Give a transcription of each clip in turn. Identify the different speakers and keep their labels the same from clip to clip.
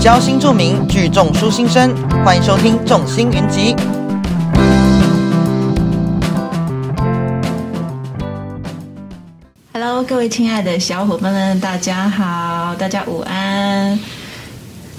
Speaker 1: 教新著名，聚众抒心声，欢迎收听《众星云集》。
Speaker 2: Hello，各位亲爱的小伙伴们，大家好，大家午安。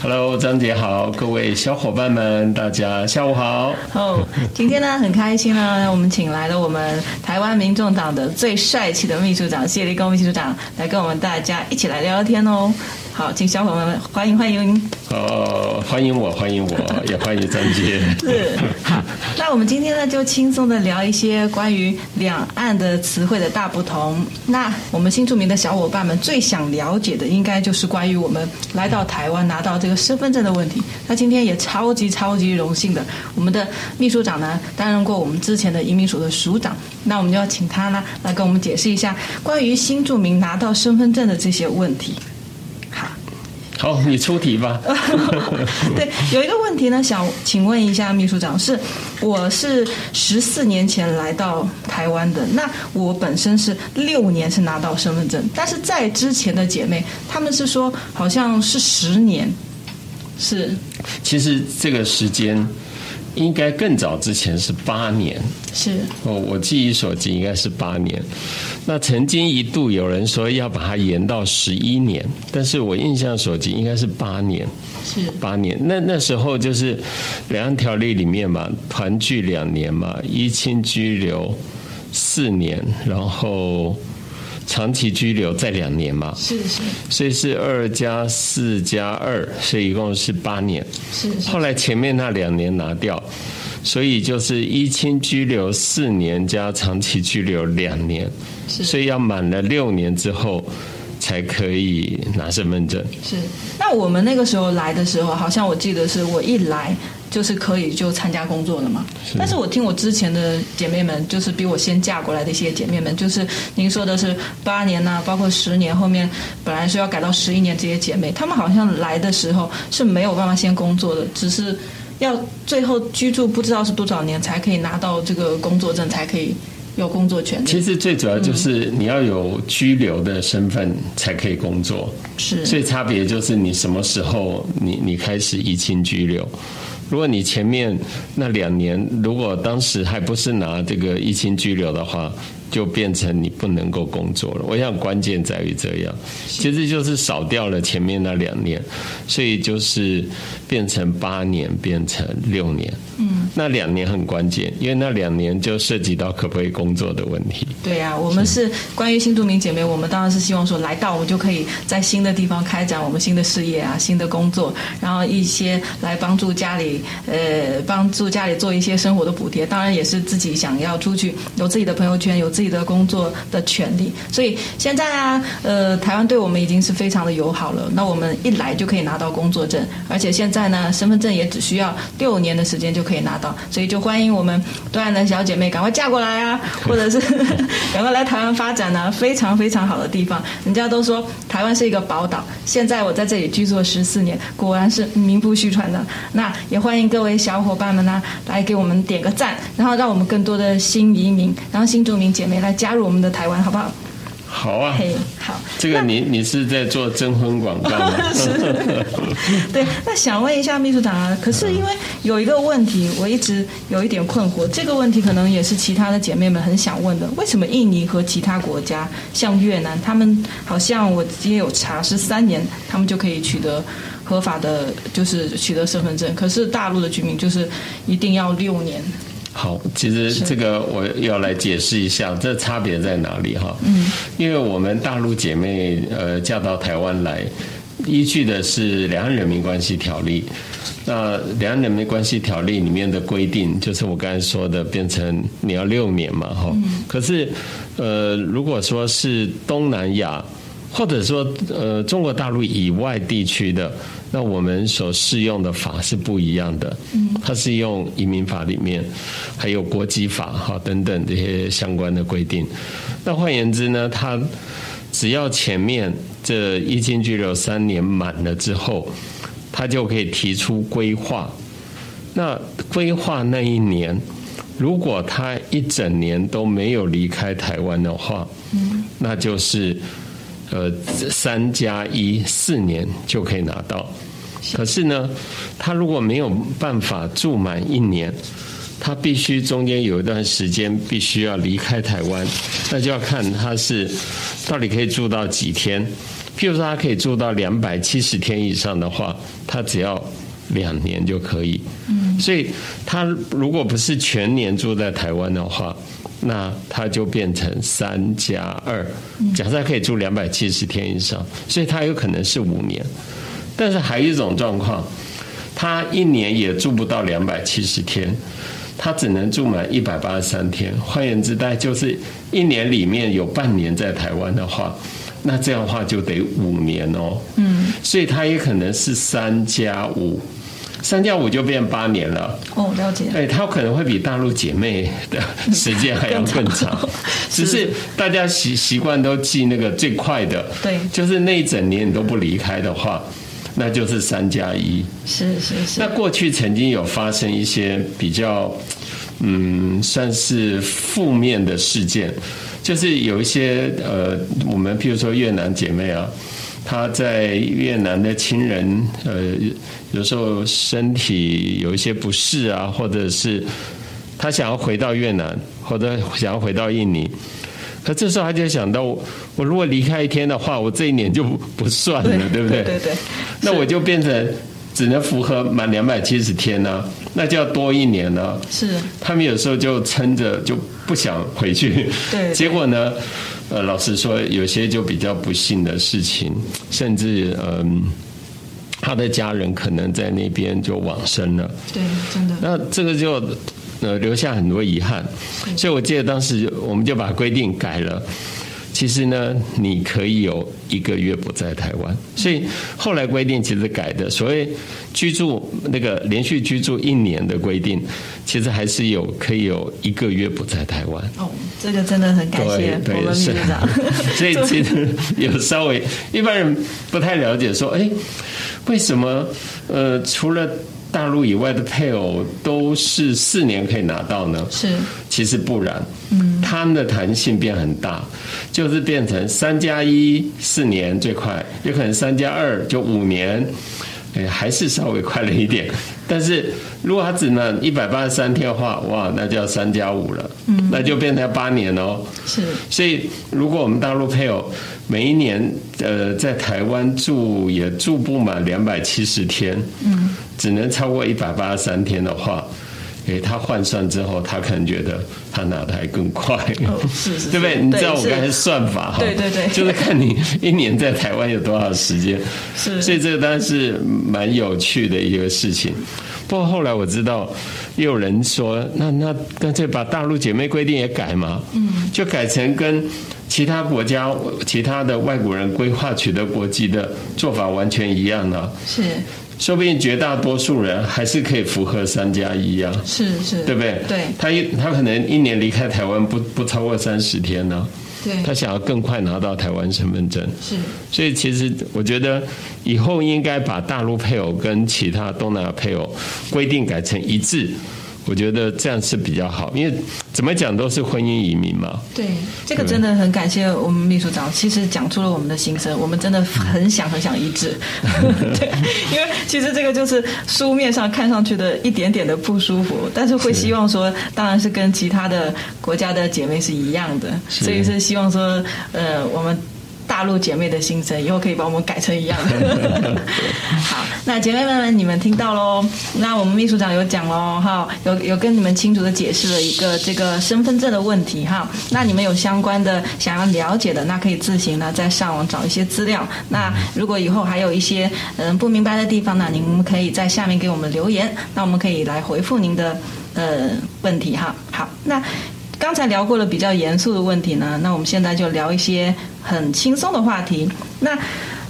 Speaker 3: Hello，张姐好，各位小伙伴们，大家下午好。
Speaker 2: 哦、今天呢很开心呢，我们请来了我们台湾民众党的最帅气的秘书长谢立功秘书长来跟我们大家一起来聊聊天哦。好，请小伙伴们欢迎欢迎。
Speaker 3: 呃，欢迎我，欢迎我，也欢迎张姐。
Speaker 2: 是， 好，那我们今天呢就轻松的聊一些关于两岸的词汇的大不同。那我们新住民的小伙伴们最想了解的，应该就是关于我们来到台湾拿到这个身份证的问题。那今天也超级超级荣幸的，我们的秘书长呢担任过我们之前的移民署的署长，那我们就要请他呢来跟我们解释一下关于新住民拿到身份证的这些问题。好。
Speaker 3: 好，你出题吧。
Speaker 2: 对，有一个问题呢，想请问一下秘书长，是我是十四年前来到台湾的，那我本身是六年是拿到身份证，但是在之前的姐妹，她们是说好像是十年，是
Speaker 3: 其实这个时间应该更早之前是八年，
Speaker 2: 是
Speaker 3: 哦，我记忆所及应该是八年。那曾经一度有人说要把它延到十一年，但是我印象所及应该是八年。
Speaker 2: 是
Speaker 3: 八年，那那时候就是两岸条例里面嘛，团聚两年嘛，依亲拘留四年，然后长期拘留再两年嘛，
Speaker 2: 是是
Speaker 3: 所以是二加四加二，所以一共是八年。
Speaker 2: 是是
Speaker 3: 后来前面那两年拿掉，所以就是依亲拘留四年加长期拘留两年，
Speaker 2: 是
Speaker 3: 所以要满了六年之后才可以拿身份证。
Speaker 2: 是。那我们那个时候来的时候，好像我记得是我一来。就是可以就参加工作了嘛，但是我听我之前的姐妹们，就是比我先嫁过来的一些姐妹们，就是您说的是八年呐、包括十年，后面本来是要改到十一年，这些姐妹，她们好像来的时候是没有办法先工作的，只是要最后居住不知道是多少年才可以拿到这个工作证，才可以有工作权。
Speaker 3: 其实最主要就是你要有居留的身份才可以工作，
Speaker 2: 是
Speaker 3: 最差别就是你什么时候你你开始移情居留。如果你前面那两年，如果当时还不是拿这个疫情居留的话，就变成你不能够工作了。我想关键在于这样，其实就是少掉了前面那两年，所以就是变成八年，变成六年。嗯，那两年很关键，因为那两年就涉及到可不可以工作的问题。
Speaker 2: 对呀、我们是关于新住民姐妹，我们当然是希望说，来到我们就可以在新的地方开展我们新的事业啊，新的工作，然后一些来帮助家里，呃，帮助家里做一些生活的补贴。当然也是自己想要出去，有自己的朋友圈，有自己的工作的权利。所以现在啊，呃，台湾对我们已经是非常的友好了。那我们一来就可以拿到工作证，而且现在呢，呃身份证也只需要六年的时间就可以拿到。所以就欢迎我们东岸的小姐妹赶快嫁过来啊，或者是 赶快来台湾发展啊，非常非常好的地方。人家都说台湾是 一个宝岛，现在我在这里居住了十四年，果然是名不虚传的。那也欢迎各位小伙伴们呢、来给我们点个赞，然后让我们更多的新移民，然后新住民姐妹来加入我们的台湾，好不好？
Speaker 3: 好啊，
Speaker 2: 嘿，好。
Speaker 3: 这个你你是在做征婚广告吗？
Speaker 2: 对，那想问一下秘书长啊，可是因为有一个问题，我一直有一点困惑，这个问题可能也是其他的姐妹们很想问的，为什么印尼和其他国家，像越南，他们好像我今天有查是三年，他们就可以取得合法的，就是取得身份证，可是大陆的居民就是一定要六年，
Speaker 3: 好，其实这个我要来解释一下，这差别在哪里哈？嗯，因为我们大陆姐妹呃嫁到台湾来，依据的是《两岸人民关系条例》。那《两岸人民关系条例》里面的规定，就是我刚才说的，变成你要六年嘛，哈、可是，呃，如果说是东南亚。或者说，呃，中国大陆以外地区的，那我们所适用的法是不一样的。嗯，它是用移民法里面，还有国籍法哈等等这些相关的规定。那换言之呢，它只要前面这一进拘留三年满了之后，它就可以提出规划。那规划那一年，如果他一整年都没有离开台湾的话，那就是呃三加一四年就可以拿到。可是呢，他如果没有办法住满一年，他必须中间有一段时间必须要离开台湾，那就要看他是到底可以住到几天。譬如说，他可以住到两百七十天以上的话，他只要两年就可以。嗯，所以他如果不是全年住在台湾的话，那他就变成三加二。假设他可以住两百七十天以上，所以他有可能是五年。但是还有一种状况，他一年也住不到两百七十天，他只能住满一百八十三天。换言之，大概就是一年里面有半年在台湾的话，那这样的话就得五年哦。嗯，所以他也可能是三加五，三加五就变八年了。
Speaker 2: 哦，了解。
Speaker 3: 哎，他可能会比大陆姐妹的时间还要更长， 只是大家习习惯都记那个最快的，
Speaker 2: 对
Speaker 3: 就是那一整年你都不离开的话，那就是三加一。
Speaker 2: 是是是
Speaker 3: 那，过去曾经有发生一些比较，嗯，算是负面的事件，就是有一些呃，我们譬如说越南姐妹啊，她在越南的亲人呃，有时候身体有一些不适啊，或者是她想要回到越南，或者想要回到印尼。可这时候她就想到我，我如果离开一天的话，我这一年就不不算了，对不
Speaker 2: 对对对，
Speaker 3: 那我就变成只能符合满两百七十天呢、那就要多一年呢、
Speaker 2: 是
Speaker 3: 他们有时候就撑着就不想回去，
Speaker 2: 对对
Speaker 3: 结果呢，呃，老实说，有些就比较不幸的事情，甚至嗯、他的家人可能在那边就往生了。
Speaker 2: 对，真的
Speaker 3: 那这个就呃留下很多遗憾，所以我记得当时我们就把规定改了。其实呢，你可以有一个月不在台湾，所以后来规定其实改的，所谓居住那个连续居住一年的规定，其实还是有可以有一个月不在台湾。
Speaker 2: 哦，这个真的很感谢
Speaker 3: 对
Speaker 2: 我
Speaker 3: 对
Speaker 2: 们秘
Speaker 3: 是
Speaker 2: 书长，
Speaker 3: 所以其实有稍微一般人不太了解说，哎，为什么呃除了大陆以外的配偶都是四年可以拿到呢？
Speaker 2: 是
Speaker 3: 其实不然，嗯，他们的弹性变很大，就是变成三加一四年最快，有可能三加二就五年，哎，还是稍微快了一点。
Speaker 2: 嗯
Speaker 3: 但是如果他只能一百八十三天的话，哇，那就要三加五了，嗯，那就变成要八年哦。
Speaker 2: 是
Speaker 3: 所以，如果我们大陆配偶每一年呃在台湾住也住不满两百七十天，嗯，只能超过一百八十三天的话，诶，他换算之后，他可能觉得他拿的还更快，
Speaker 2: 哦是是是
Speaker 3: 对不对？你知道我
Speaker 2: 对是
Speaker 3: 刚才算法哈，
Speaker 2: 对对对
Speaker 3: 就是看你一年在台湾有多少时间，
Speaker 2: 是
Speaker 3: 所以这个当然是蛮有趣的一个事情。不过后来我知道，也有人说，那那干脆把大陆姐妹规定也改嘛，嗯，就改成跟其他国家、其他的外国人规划取得国籍的做法完全一样啊。
Speaker 2: 是
Speaker 3: 说不定绝大多数人还是可以符合三加一啊，
Speaker 2: 是是，
Speaker 3: 对不对？
Speaker 2: 对
Speaker 3: 他一他可能一年离开台湾不不超过三十天呢、
Speaker 2: 对
Speaker 3: 他想要更快拿到台湾身份证，
Speaker 2: 是
Speaker 3: 所以其实我觉得以后应该把大陆配偶跟其他东南亚配偶规定改成一致，我觉得这样是比较好，因为怎么讲都是婚姻移民嘛。
Speaker 2: 对，这个真的很感谢我们秘书长，其实讲出了我们的心声，我们真的很想很想一致。 对，因为其实这个就是书面上看上去的一点点的不舒服，但是会希望说，当然是跟其他的国家的姐妹是一样的，所以是希望说，呃，我们。大陆姐妹的心声，以后可以把我们改成一样的。好，那姐妹们，你们听到喽？那我们秘书长有讲喽，哈，有有跟你们清楚的解释了一个这个身份证的问题哈。那你们有相关的想要了解的，那可以自行呢再上网找一些资料。那如果以后还有一些嗯不明白的地方呢，你们可以在下面给我们留言，那我们可以来回复您的呃问题哈。好，那。刚才聊过了比较严肃的问题呢，那我们现在就聊一些很轻松的话题。那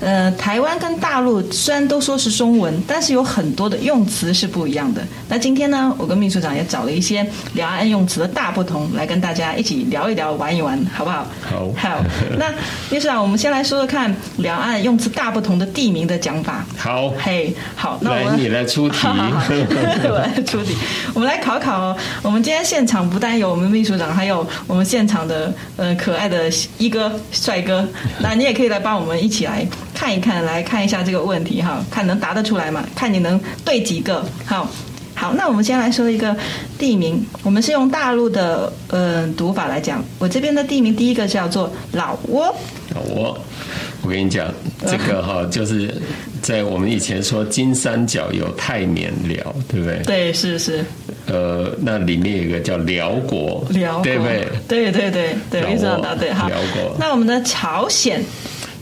Speaker 2: 呃，台湾跟大陆虽然都说是中文，但是有很多的用词是不一样的。那今天呢，我跟秘书长也找了一些两岸用词的大不同，来跟大家一起聊一聊、玩一玩，好不好？
Speaker 3: 好
Speaker 2: 好。那秘书长，我们先来说说看两岸用词大不同的地名的讲法。
Speaker 3: 好，
Speaker 2: 嘿，好，那我
Speaker 3: 来
Speaker 2: 们
Speaker 3: 你 来出题。
Speaker 2: 好好好，我来出题。我们来考考哦。我们今天现场不但有我们秘书长，还有我们现场的呃可爱的一哥帅哥，那你也可以来帮我们一起来看一看，来看一下这个问题哈，看能答得出来吗？看你能对几个。好，好，那我们先来说一个地名，我们是用大陆的呃读法来讲。我这边的地名第一个叫做老挝，
Speaker 3: 我我跟你讲，这个哈、就是在我们以前说金三角有泰缅辽，对不对？
Speaker 2: 对，是是
Speaker 3: 呃，那里面有一个叫辽国，
Speaker 2: 辽国，
Speaker 3: 对不对？
Speaker 2: 对对对对，
Speaker 3: 老
Speaker 2: 一直
Speaker 3: 挝
Speaker 2: 答对哈
Speaker 3: 辽国。
Speaker 2: 那我们的朝鲜，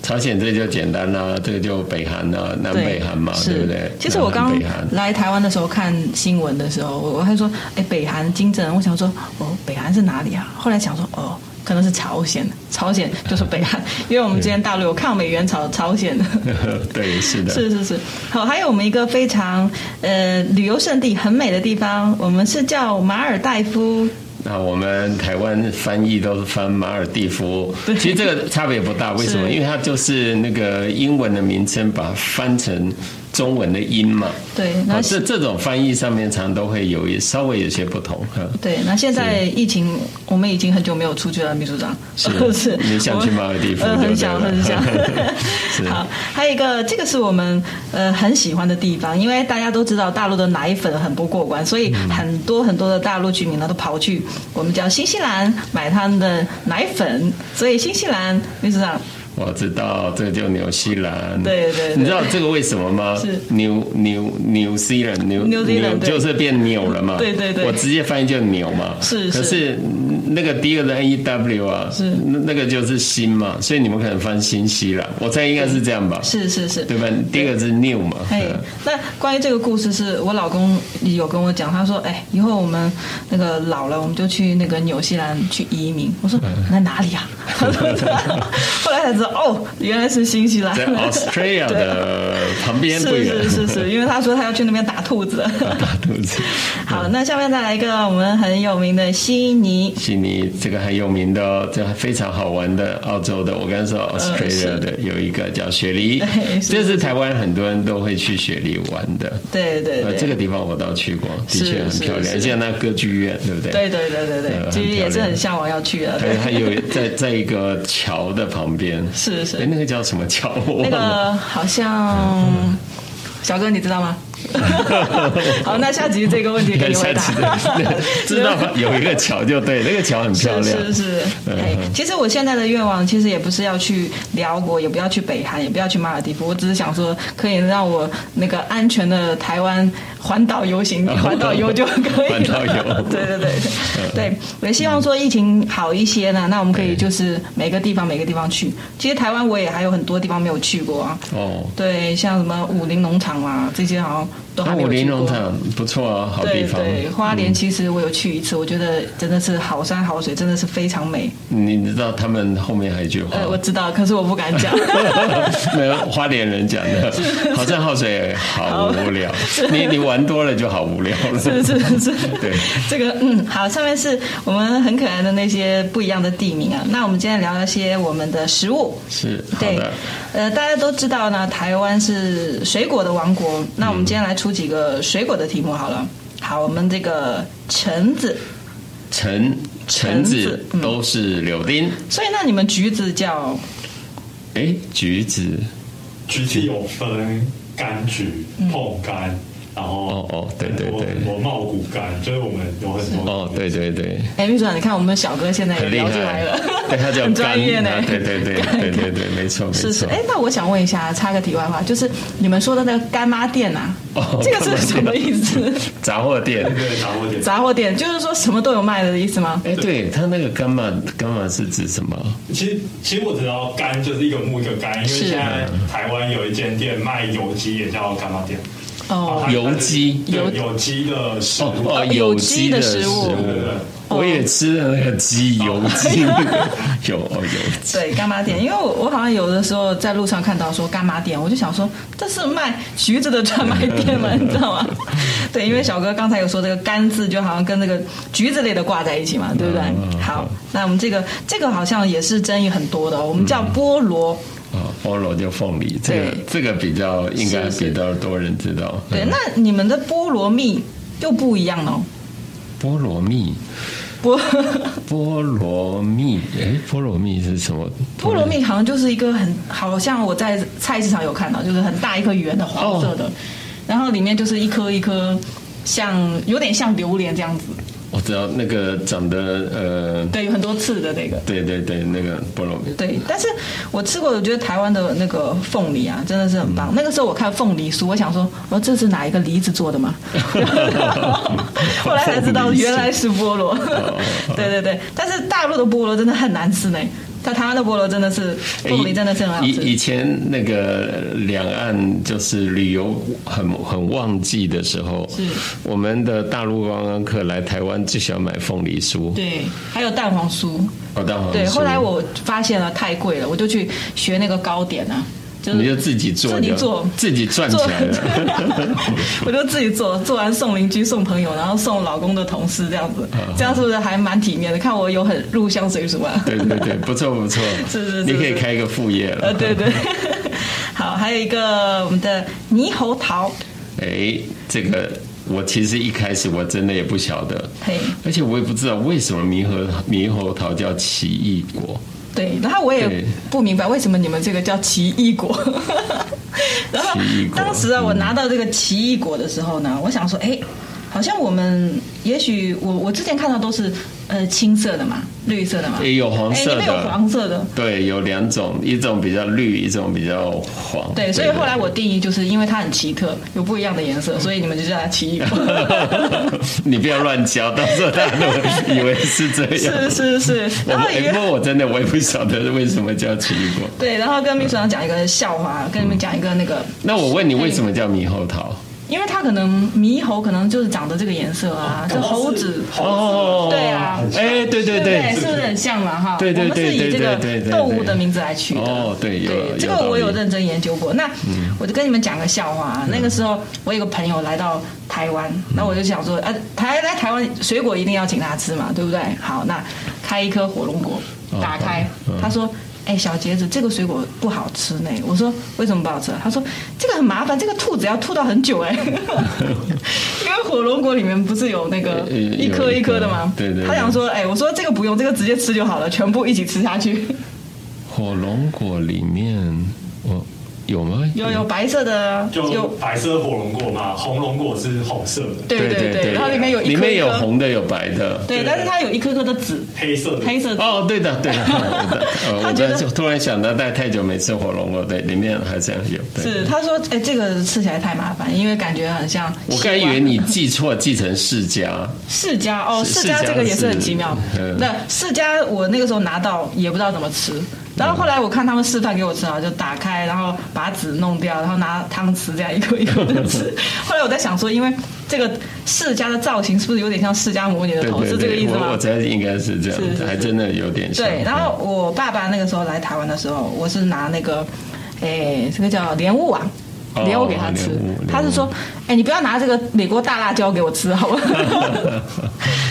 Speaker 3: 朝鲜这就简单啦、这个就北韩啦、南
Speaker 2: 对，
Speaker 3: 北韩嘛，
Speaker 2: 是
Speaker 3: 对不对？
Speaker 2: 其实我
Speaker 3: 南
Speaker 2: 刚
Speaker 3: 北韩
Speaker 2: 来台湾的时候看新闻的时候，我我还说，哎，北韩金正恩，我想说，哦，北韩是哪里啊？后来想说，哦。可能是朝鲜，朝鲜 就是北韩，因为我们之前大陆有抗美援朝，朝鲜
Speaker 3: 对，是的，
Speaker 2: 是是是。好，还有我们一个非常呃旅游胜地很美的地方，我们是叫马尔代夫，
Speaker 3: 那我们台湾翻译都是翻马尔蒂夫，其实这个差别不大。为什么？
Speaker 2: 是
Speaker 3: 因为它就是那个英文的名称，把它翻成中文的音嘛。
Speaker 2: 对，然
Speaker 3: 啊，
Speaker 2: 后
Speaker 3: 这这种翻译上面常都会有一稍微有些不同。呵
Speaker 2: 对，那现在疫情，我们已经很久没有出去了，秘书长。
Speaker 3: 是你想去马尔地夫
Speaker 2: 呃，
Speaker 3: 就对
Speaker 2: 很想，
Speaker 3: 了
Speaker 2: 很想
Speaker 3: 是。
Speaker 2: 好，还有一个，这个是我们呃很喜欢的地方，因为大家都知道大陆的奶粉很不过关，所以
Speaker 3: 嗯
Speaker 2: 很多很多的大陆居民呢都跑去我们叫新西兰买他们的奶粉，所以新西兰秘书长
Speaker 3: 我知道，这个就纽西兰。
Speaker 2: 对对对
Speaker 3: 你知道这个为什么吗？
Speaker 2: 是
Speaker 3: New New New Zealand New
Speaker 2: New Zealand，对
Speaker 3: 就是变纽了嘛。
Speaker 2: 对对对
Speaker 3: 我直接翻译就纽嘛。
Speaker 2: 是是
Speaker 3: 可是那个第二个 N E W 啊，
Speaker 2: 是
Speaker 3: 那那个就是新嘛，所以你们可能翻新西兰。我猜应该是这样吧，
Speaker 2: 是是是。
Speaker 3: 对吧？第一个是 New 嘛。
Speaker 2: 哎
Speaker 3: 嗯，
Speaker 2: 那关于这个故事是，我老公有跟我讲，他说：“哎，以后我们那个老了，我们就去那个纽西兰去移民。”我
Speaker 3: 哎
Speaker 2: 说：“那哪里啊？” 后来才知道，哦，原来是新西兰。
Speaker 3: 在 Australia 的旁边不
Speaker 2: 是
Speaker 3: 远。
Speaker 2: 是是是，因为他说他要去那边打兔子。
Speaker 3: 大肚子。
Speaker 2: 好，那下面再来一个我们很有名的悉尼，
Speaker 3: 悉尼这个很有名的、哦，这非常好玩的，澳洲的。我刚才说
Speaker 2: 呃是
Speaker 3: Australia 的、有一个叫雪梨
Speaker 2: 对， 是
Speaker 3: 这是台湾很多人都会去雪梨玩的。
Speaker 2: 对对
Speaker 3: 呃，
Speaker 2: 对，
Speaker 3: 这个地方我倒去过，的
Speaker 2: 是
Speaker 3: 确很
Speaker 2: 是
Speaker 3: 漂亮，
Speaker 2: 是
Speaker 3: 而且那歌剧院，对不对？
Speaker 2: 对对对对
Speaker 3: 呃
Speaker 2: 对，
Speaker 3: 很
Speaker 2: 其实也是
Speaker 3: 漂亮
Speaker 2: 很向往要去的。
Speaker 3: 还
Speaker 2: 对
Speaker 3: 还有在在一个桥的旁边，
Speaker 2: 是是
Speaker 3: 哎，那个叫什么桥？我
Speaker 2: 那
Speaker 3: 忘了。
Speaker 2: 个好像小哥你知 道吗？好，那下集这个问题给
Speaker 3: 对
Speaker 2: 你回
Speaker 3: 下
Speaker 2: 答
Speaker 3: 次。 对知道吗？有一个桥就对，那个桥很漂亮。
Speaker 2: 是
Speaker 3: 嗯
Speaker 2: 是是，哎，其实我现在的愿望其实也不是要去辽国，也不要去北韩，也不要去马尔地夫，我只是想说可以让我那个安全的台湾环岛游 行，环岛游就可以了。
Speaker 3: 环岛游 嗯
Speaker 2: 对对对对，我也希望说疫情好一些呢，那我们可以就是每个地方每个地方去。其实台湾我也还有很多地方没有去过啊，
Speaker 3: 哦，
Speaker 2: 对，像什么武林农场啊，这些好像都还
Speaker 3: 那
Speaker 2: 没
Speaker 3: 武
Speaker 2: 有去
Speaker 3: 林农
Speaker 2: 过。
Speaker 3: 场不错啊，好地
Speaker 2: 对
Speaker 3: 方。嗯
Speaker 2: 对，花莲其实我有去一次，我觉得真的是好山好水，真的是非常美。
Speaker 3: 你知道他们后面还有一句话
Speaker 2: 呃，我知道，可是我不敢 讲。
Speaker 3: 没有花莲人讲的，好山好水好 无聊。你你玩多了就好无聊了。
Speaker 2: 是是是，
Speaker 3: 对，
Speaker 2: 这个嗯，好，上面是我们很可爱的那些不一样的地名啊。那我们今天聊一些我们的食物。
Speaker 3: 是好
Speaker 2: 对
Speaker 3: 的。，
Speaker 2: 呃，大家都知道呢，台湾是水果的王国。那我们今天来出几个水果的题目好了。好，我们这个橙子，
Speaker 3: 橙橙
Speaker 2: 橙
Speaker 3: 子
Speaker 2: 子嗯
Speaker 3: 都是柳丁，
Speaker 2: 所以那你们橘子叫
Speaker 3: 哎，橘子
Speaker 4: 橘子有分柑橘、碰柑，然后
Speaker 3: 哦哦对对对
Speaker 4: 我我茂谷柑，就是我们有很多
Speaker 3: 哦，对对对，
Speaker 2: 哎，秘书长，你看我们小哥现在也
Speaker 3: 很厉
Speaker 2: 聊出来
Speaker 3: 害
Speaker 2: 了，
Speaker 3: 对，它叫
Speaker 2: 很专业
Speaker 3: 柑
Speaker 2: 呢
Speaker 3: 啊。对对对
Speaker 2: 柑
Speaker 3: 对对对，没错没
Speaker 2: 是是，
Speaker 3: 错。
Speaker 2: 哎，那我想问一下，插个题外话，就是你们说的那个干妈店啊，
Speaker 3: 哦
Speaker 2: 这个是什么意 思？
Speaker 3: 杂货店
Speaker 4: 那，个杂货店，
Speaker 2: 杂货店就是说什么都有卖的意思吗？
Speaker 3: 哎，对它那个干嘛干嘛是指什么？
Speaker 4: 其实其实我知道柑就是一个木一个柑，因为
Speaker 2: 是
Speaker 4: 现在台湾有一间店卖油鸡，也叫干妈店。啊
Speaker 2: 哦，
Speaker 4: 它
Speaker 3: 油鸡
Speaker 4: 对
Speaker 2: 油
Speaker 4: 有机的食
Speaker 3: 哦
Speaker 4: 物，
Speaker 3: 哦，
Speaker 2: 有
Speaker 3: 机
Speaker 2: 机
Speaker 3: 的
Speaker 2: 的
Speaker 3: 食
Speaker 2: 食物哦
Speaker 4: 对对对
Speaker 3: 我也吃了那个鸡油鸡，那个 有哦有鸡，
Speaker 2: 对，干妈店，因为我我好像有的时候在路上看到说干妈店，我就想说这是卖橘子的专卖店吗？你知道吗？对，因为小哥刚才有说这个“干”字，就好像跟这个橘子类的挂在一起嘛，对不对？好，那我们这个这个好像也是争议很多的哦，我们叫菠萝。
Speaker 3: 啊，菠萝就凤梨，这个
Speaker 2: 对
Speaker 3: 这个比较应该
Speaker 2: 是是
Speaker 3: 比较多人知道。
Speaker 2: 对，
Speaker 3: 嗯
Speaker 2: 那你们的菠萝蜜又不一样哦。
Speaker 3: 菠萝蜜，
Speaker 2: 波
Speaker 3: 菠萝蜜，哎，菠萝蜜是什么？
Speaker 2: 菠萝蜜好像就是一个很，好像我在菜市场有看到，就是很大一颗圆的黄色的，
Speaker 3: 哦
Speaker 2: 然后里面就是一颗一颗像有点像榴莲这样子，
Speaker 3: 我知道那个长得呃，
Speaker 2: 对，有很多刺的那个。
Speaker 3: 对对对，那个菠萝蜜，
Speaker 2: 对，但是我吃过，我觉得台湾的那个凤梨啊，真的是很
Speaker 3: 嗯
Speaker 2: 棒。那个时候我看凤梨酥，我想说，我这是哪一个梨子做的 吗？后来才知道原来是菠萝。
Speaker 3: 哦
Speaker 2: 对对对，但是大陆的菠萝真的很难吃呢，在台湾的菠萝真的是凤梨真的是很好
Speaker 3: 以以
Speaker 2: 吃。
Speaker 3: 前那个两岸就是旅游很很旺季的时候
Speaker 2: 是，
Speaker 3: 我们的大陆观光客来台湾最喜欢买凤梨酥，
Speaker 2: 对，还有蛋黄酥。
Speaker 3: 哦，蛋黄酥。
Speaker 2: 对，后来我发现了太贵了，我就去学那个糕点啊，就
Speaker 3: 你就是自己做，
Speaker 2: 自己做
Speaker 3: 自己赚
Speaker 2: 做
Speaker 3: 起来了。
Speaker 2: 我就自己做，做完送邻居、送朋友，然后送老公的同事这样子，
Speaker 3: 啊
Speaker 2: 这样是不是还蛮体面的？看我有很入乡随俗 啊。
Speaker 3: 对对对，不错不错，
Speaker 2: 是是是
Speaker 3: 你可以
Speaker 2: 是
Speaker 3: 开一个副业
Speaker 2: 呃，
Speaker 3: 了。
Speaker 2: 对对。 好，还有一个我们的猕猴桃，
Speaker 3: 哎，这个我其实一开始我真的也不晓得，
Speaker 2: 嘿，
Speaker 3: 而且我也不知道为什么猕猴猕猴桃叫奇异果。
Speaker 2: 对，然后我也
Speaker 3: 对
Speaker 2: 不明白为什么你们这个叫奇异果。 然后
Speaker 3: 奇异果嗯
Speaker 2: 当时啊，我拿到这个奇异果的时候呢，我想说，哎，好像我们也许我我之前看到都是呃青色的嘛，绿色的嘛，
Speaker 3: 也有黄
Speaker 2: 哎，
Speaker 3: 色
Speaker 2: 里面有
Speaker 3: 的，
Speaker 2: 黄色的，
Speaker 3: 对，有两种，一种比较绿，一种比较黄。
Speaker 2: 对，所以后来我定义就是因为它很奇特，有不一样的颜
Speaker 3: 嗯
Speaker 2: 色，所以你们就叫它奇 异果。
Speaker 3: 你不要乱教，到时候大家都以为是这样。
Speaker 2: 是是是，
Speaker 3: 我
Speaker 2: 然后
Speaker 3: 哎
Speaker 2: 也
Speaker 3: 不过我真的我也不晓得为什么叫奇异果。
Speaker 2: 对，然后跟秘书长讲一个笑话，跟你们讲一个那个，
Speaker 3: 那我问你，为什么叫猕猴桃？
Speaker 2: 因为它可能猕猴可能就是长得这个颜色啊，这猴子。
Speaker 3: 哦
Speaker 2: 对啊
Speaker 3: 哎，对对
Speaker 2: 对不
Speaker 3: 对
Speaker 2: 对，是不是很像嘛？哈，
Speaker 3: 对对对
Speaker 2: 我们是以这
Speaker 3: 对对对对
Speaker 2: 个
Speaker 3: 对
Speaker 2: 动物的名字来取的。
Speaker 3: 哦对有有
Speaker 2: 对，这个
Speaker 3: 道理嗯
Speaker 2: 我有认真研究过。那我就跟你们讲个笑话啊。那个时候我有个朋友来到台湾，
Speaker 3: 嗯
Speaker 2: 然后我就想说，啊，台来台湾水果一定要请他吃嘛，对不对？好，那开一颗火龙果
Speaker 3: 哦，
Speaker 2: 打开
Speaker 3: 嗯，
Speaker 2: 他说。哎，小杰子，这个水果不好吃呢。我说为什么不好吃啊？他说这个很麻烦，这个吐籽要吐到很久哎。 因为火龙果里面不是有那个
Speaker 3: 呃有
Speaker 2: 一颗一颗的吗？
Speaker 3: 对对对
Speaker 2: 他想说，哎，我说这个不用，这个直接吃就好了，全部一起吃下去。
Speaker 3: 嗯火龙果里面我有吗？
Speaker 2: 有有白色的，
Speaker 4: 就
Speaker 2: 有
Speaker 4: 白色火龙果嘛，红龙果是红色的，
Speaker 2: 对对对，然后里面有一
Speaker 3: 里
Speaker 2: 颗
Speaker 3: 面
Speaker 2: 一
Speaker 3: 有
Speaker 2: 颗，
Speaker 3: 红的，有白的。
Speaker 2: 对，但是它有一颗颗的籽，
Speaker 4: 黑色的。
Speaker 2: 黑色的。
Speaker 3: 哦，对的，对的， 呃，我
Speaker 2: 他觉
Speaker 3: 在
Speaker 2: 得
Speaker 3: 突然想到，但太久没吃火龙果，对，里面还这样有。对
Speaker 2: 是，他说，哎，这个吃起来太麻烦，因为感觉很像西瓜。
Speaker 3: 我刚才以为你记错，记成世家。
Speaker 2: 世家 哦，
Speaker 3: 是
Speaker 2: 世家
Speaker 3: 世家
Speaker 2: 这个也是很
Speaker 3: 是
Speaker 2: 奇妙
Speaker 3: 嗯。
Speaker 2: 那世家我那个时候拿到也不知道怎么吃，然后后来我看他们示范给我吃啊，就打开，然后把籽弄掉，然后拿汤匙这样一口一口的 吃。后来我在想说，因为这个世家的造型是不是有点像释迦摩尼的
Speaker 3: 对
Speaker 2: 头，
Speaker 3: 对
Speaker 2: 是这个
Speaker 3: 对，
Speaker 2: 意思
Speaker 3: 我
Speaker 2: 吗
Speaker 3: 我？猜应该是这样
Speaker 2: 是，是
Speaker 3: 还真的有点像。嗯
Speaker 2: 对，然后我爸爸那个时候来台湾的时候，我是拿那个，哎，这个叫莲雾啊。
Speaker 3: 哦
Speaker 2: 莲雾给他吃
Speaker 3: 莲雾莲雾，
Speaker 2: 他是说：“哎，你不要拿这个美国大辣椒给我吃，好吧？”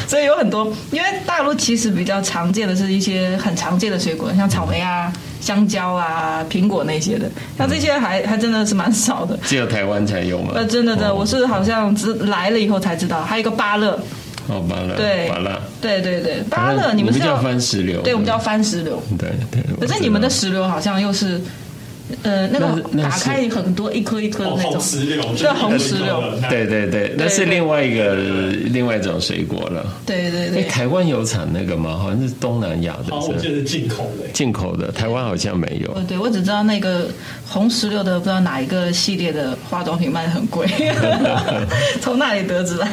Speaker 2: 所以有很多，因为大陆其实比较常见的是一些很常见的水果，像草莓啊、香蕉啊、苹果那些的，像这些还还真的是蛮少的。
Speaker 3: 只有台湾才有嘛。
Speaker 2: 呃，真的真的，
Speaker 3: 哦
Speaker 2: 我是好像只来了以后才知道，还有一个芭乐，
Speaker 3: 哦，芭乐，
Speaker 2: 对
Speaker 3: 芭乐，
Speaker 2: 对对对，芭乐，你们是
Speaker 3: 叫
Speaker 2: 叫
Speaker 3: 番石榴，
Speaker 2: 对，我们叫番石榴。
Speaker 3: 对对。
Speaker 2: 可
Speaker 3: 我
Speaker 2: 是
Speaker 3: 知
Speaker 2: 你们的
Speaker 3: 道
Speaker 2: 石榴好像又是，呃，那
Speaker 3: 那是
Speaker 2: 个
Speaker 3: 那
Speaker 2: 打
Speaker 3: 是
Speaker 2: 开很多一颗一颗的
Speaker 4: 哦，
Speaker 2: 那
Speaker 4: 红
Speaker 2: 种，
Speaker 4: 石榴，
Speaker 2: 对红石榴
Speaker 3: 对对对，那是
Speaker 2: 对
Speaker 3: 另外一个另外一种水果了。
Speaker 2: 对对
Speaker 3: 哎，
Speaker 2: 对，
Speaker 3: 台湾有产那个吗？好像是东南亚
Speaker 4: 好像我
Speaker 3: 的，
Speaker 4: 记
Speaker 3: 是
Speaker 4: 得是进口的，
Speaker 3: 进口的，台湾好像没有
Speaker 2: 哦。对，我只知道那个红石榴的，不知道哪一个系列的化妆品卖的很 贵，从那里得知来。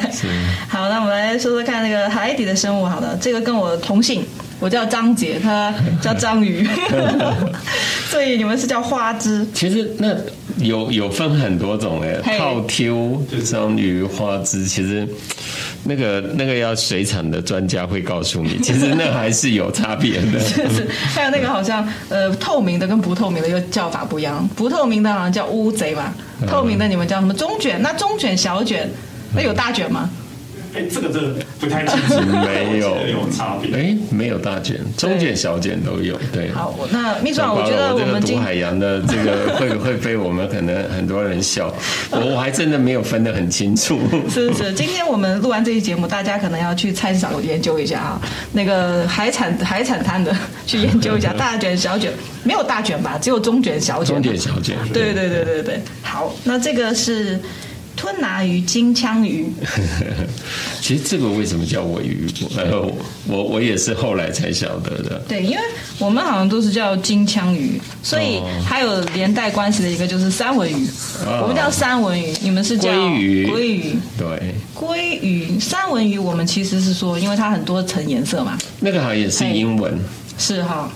Speaker 2: 好，那我们来说说看那个海底的生物。好的，这个跟我同姓，我叫张杰，他叫章 鱼，所以你们是叫花枝。
Speaker 3: 其实那有有分很多种哎，
Speaker 2: 嘿
Speaker 3: 泡挑、
Speaker 4: 对
Speaker 3: 章鱼、花枝，其实那个那个要水产的专家会告诉 你，其实那还是有差别的。
Speaker 2: 是，还有那个好像呃，透明的跟不透明的又叫法不一样，不透明的好像叫
Speaker 3: 嗯
Speaker 2: 乌贼嘛，透明的你们叫什么中卷？那中卷、小卷，那有大卷吗？
Speaker 4: 哎，这个真的不太清楚，
Speaker 3: 没有
Speaker 4: 我记得有差别。
Speaker 3: 哎，没有大卷，中卷、小卷都有。对，
Speaker 2: 好，我那秘书
Speaker 3: 糟
Speaker 2: 长，
Speaker 3: 糕
Speaker 2: 我觉
Speaker 3: 嗯了
Speaker 2: 得
Speaker 3: 我这
Speaker 2: 我
Speaker 3: 个
Speaker 2: 们
Speaker 3: 读
Speaker 2: 今
Speaker 3: 海洋的这个会 会被我们可能很多人笑，我我还真的没有分得很 清楚。
Speaker 2: 是是，今天我们录完这期节目，大家可能要去菜市场研究一下啊，那个海产海产摊的去研究一下，大卷小卷没有大卷吧，只有中卷小卷。
Speaker 3: 嗯中卷、小卷，
Speaker 2: 对对对对对，好，那这个是吞拿鱼、金枪鱼，
Speaker 3: 其实这个为什么叫尾鱼？呃，我我也是后来才晓得的。
Speaker 2: 对，因为我们好像都是叫金枪鱼，所以
Speaker 3: 哦
Speaker 2: 还有连带关系的一个就是三文鱼，
Speaker 3: 哦
Speaker 2: 我们叫三文鱼，你们是叫
Speaker 3: 鲑鱼
Speaker 2: 鲑鱼，
Speaker 3: 对，
Speaker 2: 鲑鱼，三文鱼我们其实是说，因为它很多层颜色嘛，
Speaker 3: 那个好像也是英文，
Speaker 2: 是哈。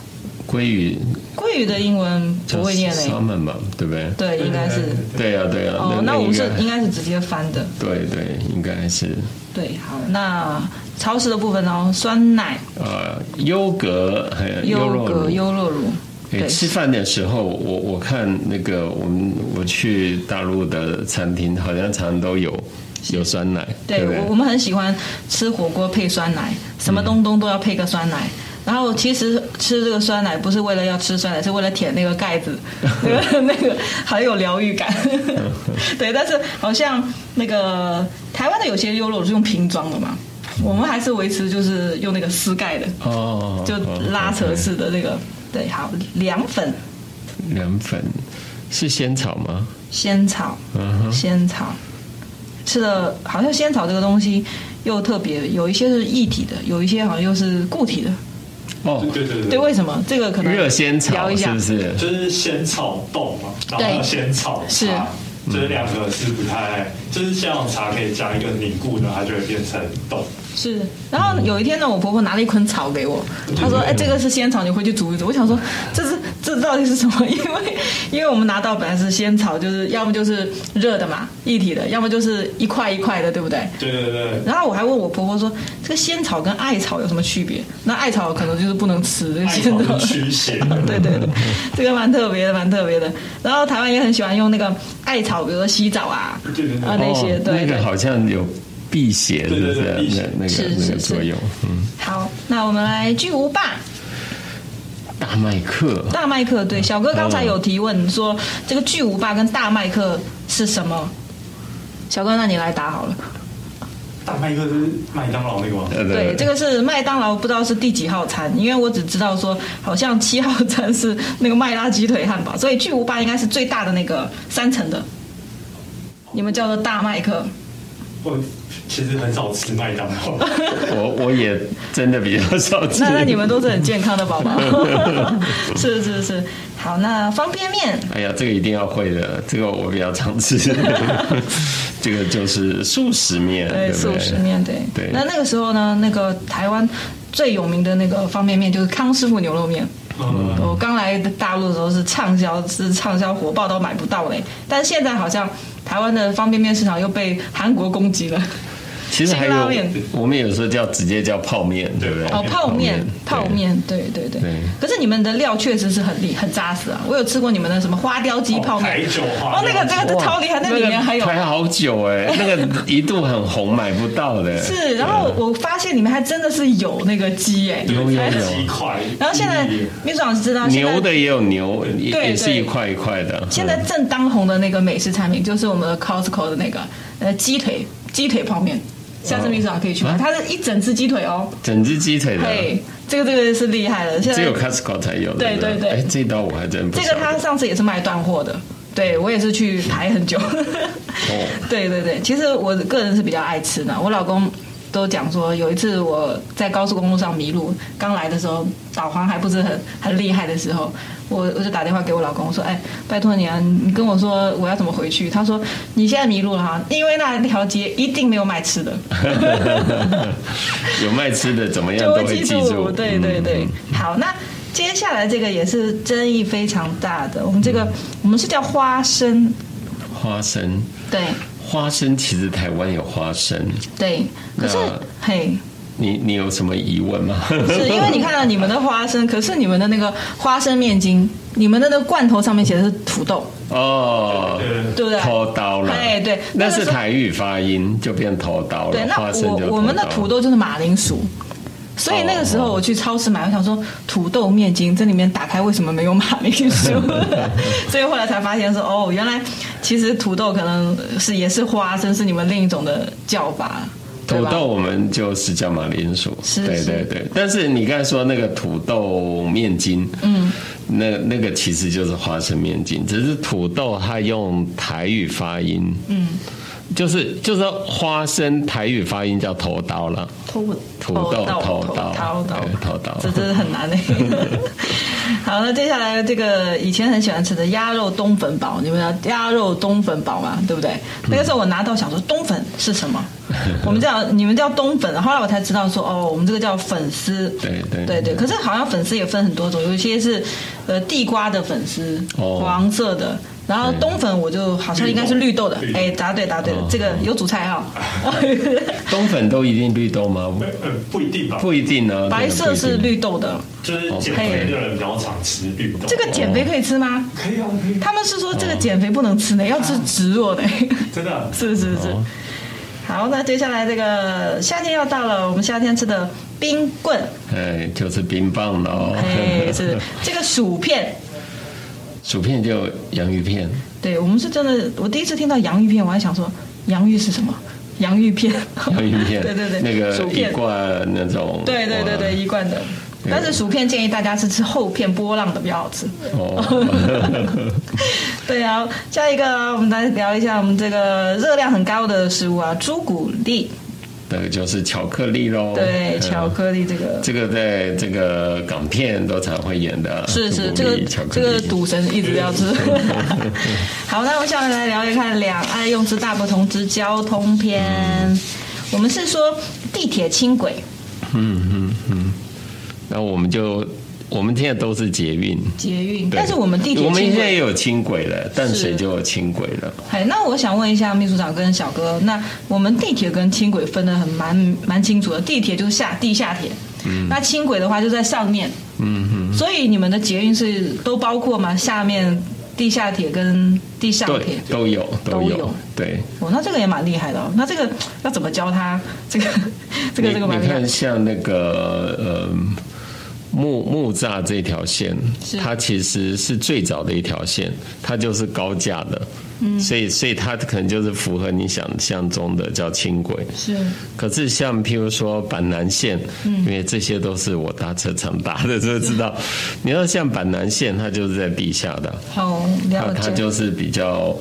Speaker 3: 鲑鱼
Speaker 2: 鲑鱼的英文不会念嘞，
Speaker 3: salmon 嘛，对不对？
Speaker 2: 对，应该是。
Speaker 3: 对呀、对呀、啊
Speaker 2: 哦，
Speaker 3: 那
Speaker 2: 那我们是
Speaker 3: 应该
Speaker 2: 应该是直接翻的，
Speaker 3: 对对，应该是
Speaker 2: 对，好，那超市的部分呢，酸奶、
Speaker 3: 呃，优格还有呃优
Speaker 2: 优
Speaker 3: 酪
Speaker 2: 格、
Speaker 3: 乳。
Speaker 2: 优酪乳，
Speaker 3: 诶
Speaker 2: 对，
Speaker 3: 吃饭的时候，我我看那个我们我去大陆的餐厅，好像常常都有有酸奶，
Speaker 2: 对
Speaker 3: 不对
Speaker 2: 我我？们很喜欢吃火锅配酸奶，什么东东都要配个酸奶。然后其实吃这个酸奶不是为了要吃酸奶，是为了舔那个盖 子，那个那个很有疗愈感。对，但是好像那个台湾的有些优酪乳是用瓶装的嘛，我们还是维持就是用那个丝盖的，
Speaker 3: 哦，
Speaker 2: 就
Speaker 3: 哦
Speaker 2: 拉扯式的那个。对，好，凉粉、
Speaker 3: OK 凉粉是仙草吗？
Speaker 2: 仙草、
Speaker 3: 嗯哼，
Speaker 2: 仙草，吃的好像仙草这个东西又特别，有一些是液体的，有一些好像又是固体的。
Speaker 3: 哦，
Speaker 4: 对对
Speaker 2: 对，为什么这个可能
Speaker 3: 热仙
Speaker 2: 聊
Speaker 3: 草
Speaker 2: 一
Speaker 3: 是
Speaker 2: 下
Speaker 3: 不是？
Speaker 4: 就是仙草冻嘛，然后
Speaker 2: 对
Speaker 4: 还有仙草
Speaker 2: 是
Speaker 4: 茶，这两个是不太，就是仙草茶可以加一个凝固呢，它就会变成冻。
Speaker 2: 是。然后有一天呢，我婆婆拿了一捆草给我，
Speaker 3: 嗯
Speaker 2: 她说：“哎，这个是仙草，你回去煮一煮。”我想说，这是这到底是什么？因为 因为我们拿到本来是仙草，就是要么就是热的嘛，液体的，要么就是一块一块的，对不对？
Speaker 4: 对对 对，
Speaker 2: 然后我还问我婆婆说，这个仙草跟艾草有什么区别？那艾草可能就是不能吃，这个
Speaker 4: 艾
Speaker 2: 仙
Speaker 4: 草
Speaker 2: 草
Speaker 4: 是驱邪的，
Speaker 2: 对对对，这个蛮特别的，蛮特别的。然后台湾也很喜欢用那个艾草，比如说洗澡啊，
Speaker 4: 对对
Speaker 2: 啊
Speaker 4: 对，
Speaker 2: 那些
Speaker 3: 哦
Speaker 2: 对
Speaker 3: 那个
Speaker 2: 对
Speaker 3: 好像有辟邪，
Speaker 4: 对
Speaker 3: 是不
Speaker 4: 对对辟
Speaker 3: 是
Speaker 4: 邪？
Speaker 3: 那那
Speaker 2: 是
Speaker 3: 个那
Speaker 2: 是
Speaker 3: 个
Speaker 2: 是
Speaker 3: 作用，嗯，
Speaker 2: 好，那我们来巨无霸
Speaker 3: 大麦克，
Speaker 2: 大麦克。对，小哥刚才有提问说，这个巨无霸跟大麦克是什么？小哥，那你来答好了。
Speaker 4: 大麦克是麦当劳那个吗？
Speaker 3: 呃
Speaker 2: 对，这个是麦当劳，不知道是第几号餐，因为我只知道说好像七号餐是那个麦辣鸡腿汉堡，所以巨无霸应该是最大的那个三层的，你们叫做大麦克。
Speaker 4: 我其实很少吃麦当 劳，
Speaker 3: 我我也真的比较少吃。
Speaker 2: 那那你们都是很健康的宝宝， 是是是。好，那方便面
Speaker 3: 哎呀，这个一定要会的，这个我比较 常吃。这个就是素食面，对不
Speaker 2: 素
Speaker 3: 对？
Speaker 2: 食面对。
Speaker 3: 对
Speaker 2: 那那个时候呢，那个台湾最有名的那个方便面就是康师傅牛肉面。
Speaker 4: 嗯，
Speaker 2: 我刚来大陆的时候是畅销，是畅销火爆到买不到嘞。但现在好像台湾的方便面市场又被韩国攻击了。
Speaker 3: 其实还有
Speaker 2: 辛拉面，
Speaker 3: 我们有时候叫直接叫泡面，对不对？
Speaker 2: 哦，泡面，泡
Speaker 3: 对。
Speaker 2: 面，对对对。
Speaker 3: 对
Speaker 2: 可是你们的料确实是很厉很扎实啊！我有吃过你们的什么花雕鸡泡面，
Speaker 4: 哦台酒花
Speaker 2: 哦，那个
Speaker 4: 雕
Speaker 2: 那个
Speaker 3: 哇
Speaker 2: 超厉害，那里
Speaker 3: 个
Speaker 2: 面还有
Speaker 3: 排好久哎，那个一度很红，买不到的。
Speaker 2: 是，然后我发现里面还真的是有那个鸡哎，
Speaker 3: 有有有
Speaker 4: 鸡块，
Speaker 2: 然后现在秘书长是知道啊现在
Speaker 3: 牛的也有牛，也
Speaker 2: 对
Speaker 3: 也是一块一块的。
Speaker 2: 现在
Speaker 3: 嗯
Speaker 2: 正当红的那个美式产品就是我们的 Costco 的那个呃鸡腿鸡腿泡面，下次秘书长可以去买，
Speaker 3: 啊
Speaker 2: 它是一整只鸡腿哦，
Speaker 3: 整只鸡腿的，
Speaker 2: 嘿，这个这个是厉害的，现
Speaker 3: 只
Speaker 2: 在
Speaker 3: 有 Costco 才有。
Speaker 2: 对
Speaker 3: 不
Speaker 2: 对对
Speaker 3: 哎，这道我还真不
Speaker 2: 这
Speaker 3: 晓
Speaker 2: 个
Speaker 3: 得
Speaker 2: 他上次也是卖断货的，对我也是去排很久。
Speaker 3: 哦
Speaker 2: 对对对，其实我个人是比较爱吃的，我老公。都讲说，有一次我在高速公路上迷路，刚来的时候导航还不是很很厉害的时候，我我就打电话给我老公我说：“哎，拜托你啊，你跟我说我要怎么回去？”他说：“你现在迷路了哈，因为那条街一定没有卖吃 的。”
Speaker 3: 有卖吃的，怎么样
Speaker 2: 就
Speaker 3: 都
Speaker 2: 会
Speaker 3: 会
Speaker 2: 记
Speaker 3: 记住。
Speaker 2: 对对
Speaker 3: 嗯
Speaker 2: 对，好，那接下来这个也是争议非常大的，我们这个我们是叫花生，
Speaker 3: 花生，
Speaker 2: 对
Speaker 3: 花生其实台湾有花生，
Speaker 2: 对，可是
Speaker 3: 那
Speaker 2: 嘿，
Speaker 3: 你你有什么疑问吗？
Speaker 2: 是因为你看到你们的花生，可是你们的那个花生面筋，你们的那个罐头上面写的是土 豆，
Speaker 3: 哦，
Speaker 2: 对不对
Speaker 3: 偷刀了，
Speaker 2: 哎对那
Speaker 3: 那
Speaker 2: 个
Speaker 3: 是
Speaker 2: 时候
Speaker 3: 台语发音就变偷刀
Speaker 2: 对，
Speaker 3: 了，
Speaker 2: 那
Speaker 3: 花生就
Speaker 2: 我我们的土
Speaker 3: 豆
Speaker 2: 豆就是马铃薯。所以那个时候我去超市买，我想说土豆面筋，这里面打开为什么没有马铃 薯？所以后来才发现说，哦，原来其实土豆可能是也是花生，是你们另一种的叫法，对
Speaker 3: 土
Speaker 2: 吧
Speaker 3: 豆我们就是叫马铃薯，
Speaker 2: 是
Speaker 3: 对
Speaker 2: 是
Speaker 3: 对对。但是你刚才说那个土豆面筋，嗯，那那个其实就是花生面筋，只是土豆它用台语发音，嗯，就是就是花生台语发音叫头刀了，
Speaker 2: 土
Speaker 3: 土豆
Speaker 2: 头
Speaker 3: 头
Speaker 2: 刀
Speaker 3: 刀
Speaker 2: 头刀
Speaker 3: 对头刀
Speaker 2: 这真是很难 的。好，那接下来这个以前很喜欢吃的鸭肉冬粉煲，你们知道鸭肉冬粉煲嘛？对不对？
Speaker 3: 嗯
Speaker 2: 那个时候我拿到想说冬粉是什 么？我们叫你们叫冬粉，后来我才知道说哦，我们这个叫粉丝。
Speaker 3: 对对
Speaker 2: 对对，可是好像粉丝也分很多种，有一些是呃地瓜的粉丝，
Speaker 3: 哦
Speaker 2: 黄色的。然后冬粉我就好像应该是绿豆的
Speaker 4: 绿，豆
Speaker 2: 哎，答对答对了
Speaker 3: 哦，
Speaker 2: 这个有主菜啊 哈。
Speaker 3: 冬粉都一定绿豆吗？
Speaker 4: 呃呃不一定吧，
Speaker 3: 不一哦定呢，
Speaker 2: 白色是绿豆的，
Speaker 4: 就是减肥的人比较常吃绿豆。
Speaker 2: 这个减肥可以吃吗？
Speaker 4: 可以啊，可以
Speaker 3: 哦
Speaker 4: 啊，
Speaker 2: 他们是说这个减肥不能吃的，要吃植弱的，
Speaker 4: 真的啊
Speaker 2: 是是是
Speaker 3: 哦。
Speaker 2: 好，那接下来这个夏天要到了，我们夏天吃的冰棍，
Speaker 3: 不一定，哎，就是冰棒了哦，
Speaker 2: 哎，是这个薯片。
Speaker 3: 薯片就洋芋片，
Speaker 2: 对我们是真的，我第一次听到洋芋片，我还想说洋芋是什么？洋芋片，
Speaker 3: 洋芋片，
Speaker 2: 对对对，
Speaker 3: 那个
Speaker 2: 薯
Speaker 3: 一
Speaker 2: 片，
Speaker 3: 罐那种，
Speaker 2: 对对对对，一罐的。
Speaker 3: 对
Speaker 2: 但是薯片建议大家是吃厚片波浪的比较好吃。
Speaker 3: 哇，哦，
Speaker 2: 对啊，下一个我们来聊一下我们这个热量很高的食物啊，朱古力。
Speaker 3: 那个就是巧克力喽，
Speaker 2: 对，
Speaker 3: 嗯
Speaker 2: 巧克力这个
Speaker 3: 这个在这个港片都常会演的，
Speaker 2: 是是这
Speaker 3: 朱古
Speaker 2: 个
Speaker 3: 力巧克
Speaker 2: 这
Speaker 3: 力
Speaker 2: 个赌神一直要吃。 好，那我们下面来聊一看两岸用词大不同之交通篇。
Speaker 3: 嗯
Speaker 2: 我们是说地铁、轻轨，
Speaker 3: 那我们就我们现在都是捷运。
Speaker 2: 捷运，
Speaker 3: 对
Speaker 2: 但是我们地铁、
Speaker 3: 我们
Speaker 2: 轻
Speaker 3: 现在也
Speaker 2: 轨。
Speaker 3: 有轻轨了，淡水
Speaker 2: 是
Speaker 3: 就有轻轨了。
Speaker 2: 哎，那我想问一下秘书长跟小哥，那我们地铁跟轻轨分得很蛮蛮清楚的，地铁就是下地下铁，那轻轨的话就在上面。
Speaker 3: 嗯
Speaker 2: 所以你们的捷运是都包括吗？下面地下铁跟地上
Speaker 3: 哼，对
Speaker 2: 铁。，
Speaker 3: 都有，
Speaker 2: 都
Speaker 3: 都有
Speaker 2: 有，
Speaker 3: 对。
Speaker 2: 哦，那这个也蛮厉害的、哦。那这个要怎么教他？这个这个
Speaker 3: 你
Speaker 2: 这个蛮
Speaker 3: 你
Speaker 2: 厉害
Speaker 3: 看，
Speaker 2: 的。
Speaker 3: 像那个呃木木栅这条线
Speaker 2: 是，
Speaker 3: 它其实是最早的一条线，它就是高架的，
Speaker 2: 嗯
Speaker 3: 所以所以它可能就是符合你想象中的叫轻轨。
Speaker 2: 是
Speaker 3: 可是像譬如说板南线，
Speaker 2: 嗯
Speaker 3: 因为这些都是我搭车常搭的，就知道。你要像板南线，它就是在地下的，
Speaker 2: 好
Speaker 3: 它
Speaker 2: 了
Speaker 3: 它
Speaker 2: 解。
Speaker 3: 就是比较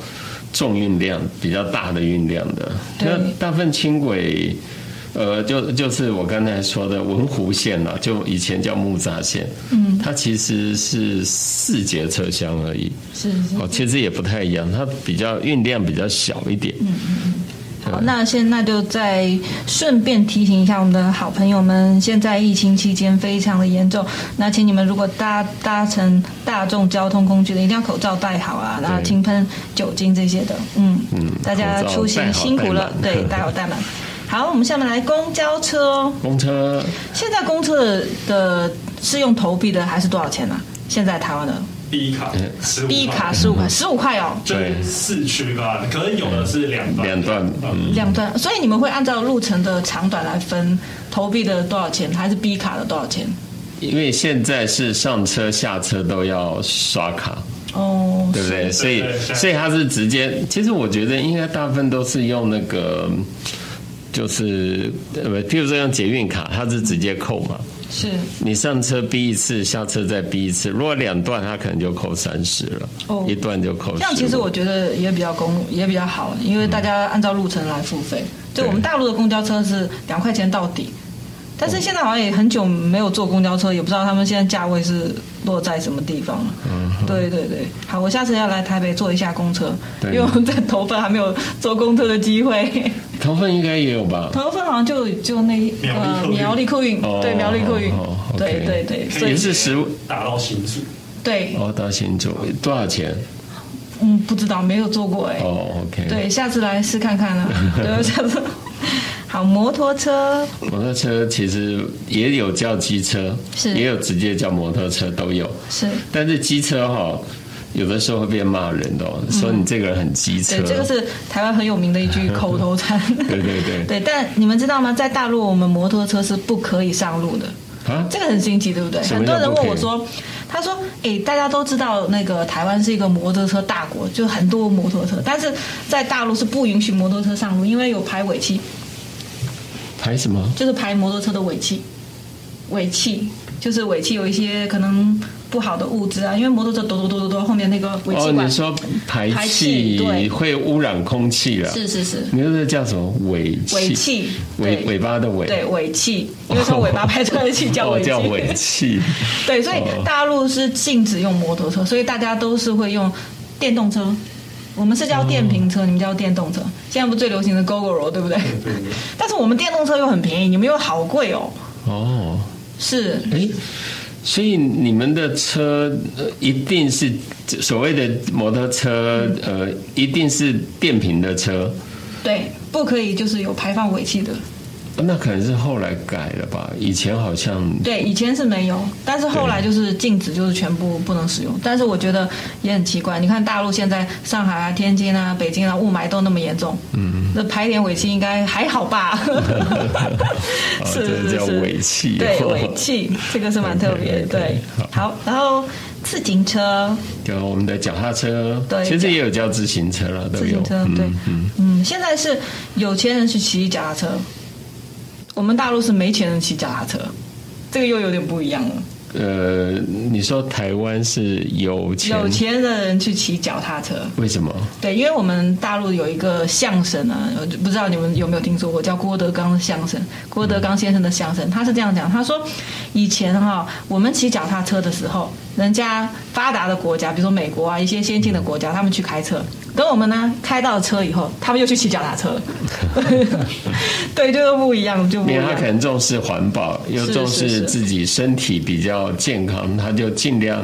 Speaker 3: 重运量、比较大的运量的。
Speaker 2: 对
Speaker 3: 那大部分轻轨，呃，就就是我刚才说的文湖线啦，就以前叫木栅线，嗯，它其实是四节车厢而已，
Speaker 2: 是是
Speaker 3: 哦，其实也不太一样，它比较运量比较小一点，
Speaker 2: 嗯好，那现在就再顺便提醒一下我们的好朋友们，现在疫情期间非常的严重，那请你们如果搭搭乘大众交通工具的，一定要口罩戴好啊，然后
Speaker 3: 对
Speaker 2: 勤喷酒精这些的，嗯，
Speaker 3: 嗯
Speaker 2: 大家
Speaker 3: 口罩
Speaker 2: 出行
Speaker 3: 戴好
Speaker 2: 辛苦
Speaker 3: 戴
Speaker 2: 了，
Speaker 3: 满
Speaker 2: 对，戴好戴满。好，我们下面来公交车哦。
Speaker 3: 公车
Speaker 2: 现在公车的的是用投币的还是多少钱呢、现在台湾的
Speaker 4: ，B 卡
Speaker 3: 呃
Speaker 4: 十五
Speaker 2: B 卡十五块，十五块哦，
Speaker 4: 就是四驱吧，可能有的是两段
Speaker 3: 两段，嗯，
Speaker 2: 两段。所以你们会按照路程的长短来分投币的多少钱，还是 B 卡的多少钱？
Speaker 3: 因为现在是上车下车都要刷卡，
Speaker 2: 哦，
Speaker 3: 对不对？所以
Speaker 4: 对对
Speaker 3: 所以它是直接，其实我觉得应该大部分都是用那个，就是呃，譬如说用捷运卡，它是直接扣嘛。
Speaker 2: 是
Speaker 3: 你上车逼一次，下车再逼一次，如果两段，它可能就扣三十了，
Speaker 2: 哦
Speaker 3: 一段就扣15。
Speaker 2: 这样，其实我觉得也比较公，也比较好，因为大家按照路程来付费。就我们大陆的公交车是两块钱到底，但是现在好像也很久没有坐公交车，也不知道他们现在价位是落在什么地方了。
Speaker 3: 嗯
Speaker 2: 对对对，好，我下次要来台北坐一下公车，因
Speaker 3: 对
Speaker 2: 为我们在头份还没有坐公车的机会。
Speaker 3: 头份应该也有吧？
Speaker 2: 头份好像就就那一
Speaker 4: 苗栗
Speaker 2: 呃
Speaker 4: 客运
Speaker 2: 苗栗客运，
Speaker 3: 哦
Speaker 2: 对苗栗客运
Speaker 3: 哦哦，
Speaker 2: 对
Speaker 3: OK
Speaker 2: 对对，所
Speaker 3: 也
Speaker 2: 以
Speaker 3: 是十五
Speaker 4: 打到新竹，
Speaker 2: 对，
Speaker 3: 哦，到新竹多少钱？
Speaker 2: 嗯，不知道没有坐过哎。
Speaker 3: 哦，OK，
Speaker 2: 对，下次来试看看啊。对，下次。好，摩托车
Speaker 3: 摩托车其实也有叫机车，
Speaker 2: 是
Speaker 3: 也有直接叫摩托车都有，
Speaker 2: 是
Speaker 3: 但是机车哈、有的时候会被骂人的、哦，说你这个人很机车。
Speaker 2: 嗯对，这个是台湾很有名的一句口头禅。
Speaker 3: 对对对
Speaker 2: 对，但你们知道吗？在大陆，我们摩托车是不可以上路的。
Speaker 3: 啊，
Speaker 2: 这个很新奇，对不对？
Speaker 3: 什么
Speaker 2: 很
Speaker 3: 叫
Speaker 2: 多人
Speaker 3: 不可
Speaker 2: 问
Speaker 3: 以
Speaker 2: 我说，他说：“诶，大家都知道那个台湾是一个摩托车大国，就很多摩托车，但是在大陆是不允许摩托车上路，因为有排尾气，
Speaker 3: 排什么？
Speaker 2: 就是排摩托车的尾气，尾气就是尾气有一些可能不好的物质啊，因为摩托车抖抖抖抖抖，后面那个尾
Speaker 3: 哦，
Speaker 2: 气管，
Speaker 3: 你说排
Speaker 2: 排气
Speaker 3: 气
Speaker 2: 对
Speaker 3: 会污染空气了？
Speaker 2: 是是是，
Speaker 3: 你说这叫什么尾
Speaker 2: 尾
Speaker 3: 气？
Speaker 2: 气，
Speaker 3: 尾
Speaker 2: 对
Speaker 3: 尾巴的尾，
Speaker 2: 对尾气，因为从尾巴拍出来的气叫
Speaker 3: 哦
Speaker 2: 尾气。
Speaker 3: 叫尾 气。
Speaker 2: 对，所以
Speaker 3: 哦
Speaker 2: 大陆是禁止用摩托车，所以大家都是会用电动车。我们是叫电瓶车，你们叫电动车。现在不最流行的 GoGo 对不对？
Speaker 4: 哦对对对
Speaker 2: 但是我们电动车又很便宜，你们又好贵哦。
Speaker 3: 哦，
Speaker 2: 是，
Speaker 3: 哎，所以你们的车呃一定是所谓的摩托车，
Speaker 2: 嗯
Speaker 3: 呃，一定是电瓶的车。
Speaker 2: 对，不可以就是有排放尾气的。
Speaker 3: 那可能是后来改了吧，以前好像
Speaker 2: 对，以前是没有，但是后来就是禁止，就是全部不能使用。但是我觉得也很奇怪，你看大陆现在上海啊、天津啊、北京啊，雾霾都那么严重，嗯，那排点尾气应该还好 吧？是
Speaker 3: 哦这
Speaker 2: 是
Speaker 3: 叫
Speaker 2: 是，
Speaker 3: 尾气哦
Speaker 2: 对尾气，这个是蛮特 别的，对
Speaker 3: OK，OK，。
Speaker 2: 好，然后自行车，
Speaker 3: 就我们的脚踏车，
Speaker 2: 对
Speaker 3: 其实也有叫自行车了，都
Speaker 2: 自
Speaker 3: 有
Speaker 2: 行。车，对，嗯，现在是有钱人是骑脚踏车，我们大陆是没钱人骑脚踏车，这个又有点不一样了。
Speaker 3: 呃，你说台湾是有钱，
Speaker 2: 有钱的人去骑脚踏车，
Speaker 3: 为什么？
Speaker 2: 对，因为我们大陆有一个相声啊，我就不知道你们有没有听说过，叫郭德纲的相声，郭德纲先生的相声，他是这样讲，他说以前哈、我们骑脚踏车的时候，人家发达的国家，比如说美国啊，一些先进的国家，他们去开车。等我们呢开到车以后，他们又去骑脚踏车了，对，就是不一样，就不一
Speaker 3: 因为他
Speaker 2: 样
Speaker 3: 可。能重视环保，又
Speaker 2: 是
Speaker 3: 重
Speaker 2: 是
Speaker 3: 视
Speaker 2: 是
Speaker 3: 自己身体比较健康，他就尽量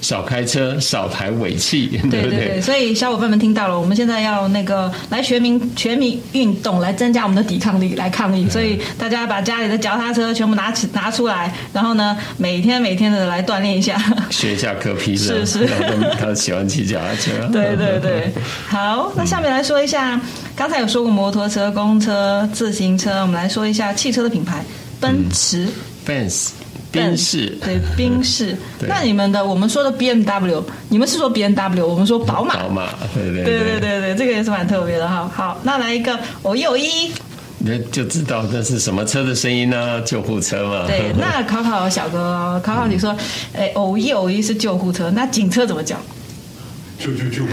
Speaker 3: 少开车，少排尾气， 对不
Speaker 2: 对对对，所以小伙伴们听到了，我们现在要那个来全民全民运动，来增加我们的抵抗力，来抗议。所以大家把家里的脚踏车全部拿起拿出来，然后呢，每天每天的来锻炼一 下。
Speaker 3: 学一下柯皮的，
Speaker 2: 是是
Speaker 3: 他他喜欢骑脚踏车，
Speaker 2: 对对对，好，那下面来说一下，刚才有说过摩托车、公车、自行车，我们来说一下汽车的品牌，奔驰、
Speaker 3: ，Benz 宾士，
Speaker 2: 嗯对宾士。
Speaker 3: 对
Speaker 2: 那你们的我们说的 B M W，你们是说 B M W，我们说宝马。
Speaker 3: 宝马，对对
Speaker 2: 对对对对，这个也是蛮特别的哈。好，那来一个我有 一，
Speaker 3: 那就知道那是什么车的声音呢、啊救护车嘛。
Speaker 2: 对，那考考小哥哦，考考你说，
Speaker 3: 嗯
Speaker 2: 哎，偶一偶一是救护车，那警车怎么讲？
Speaker 4: 就就就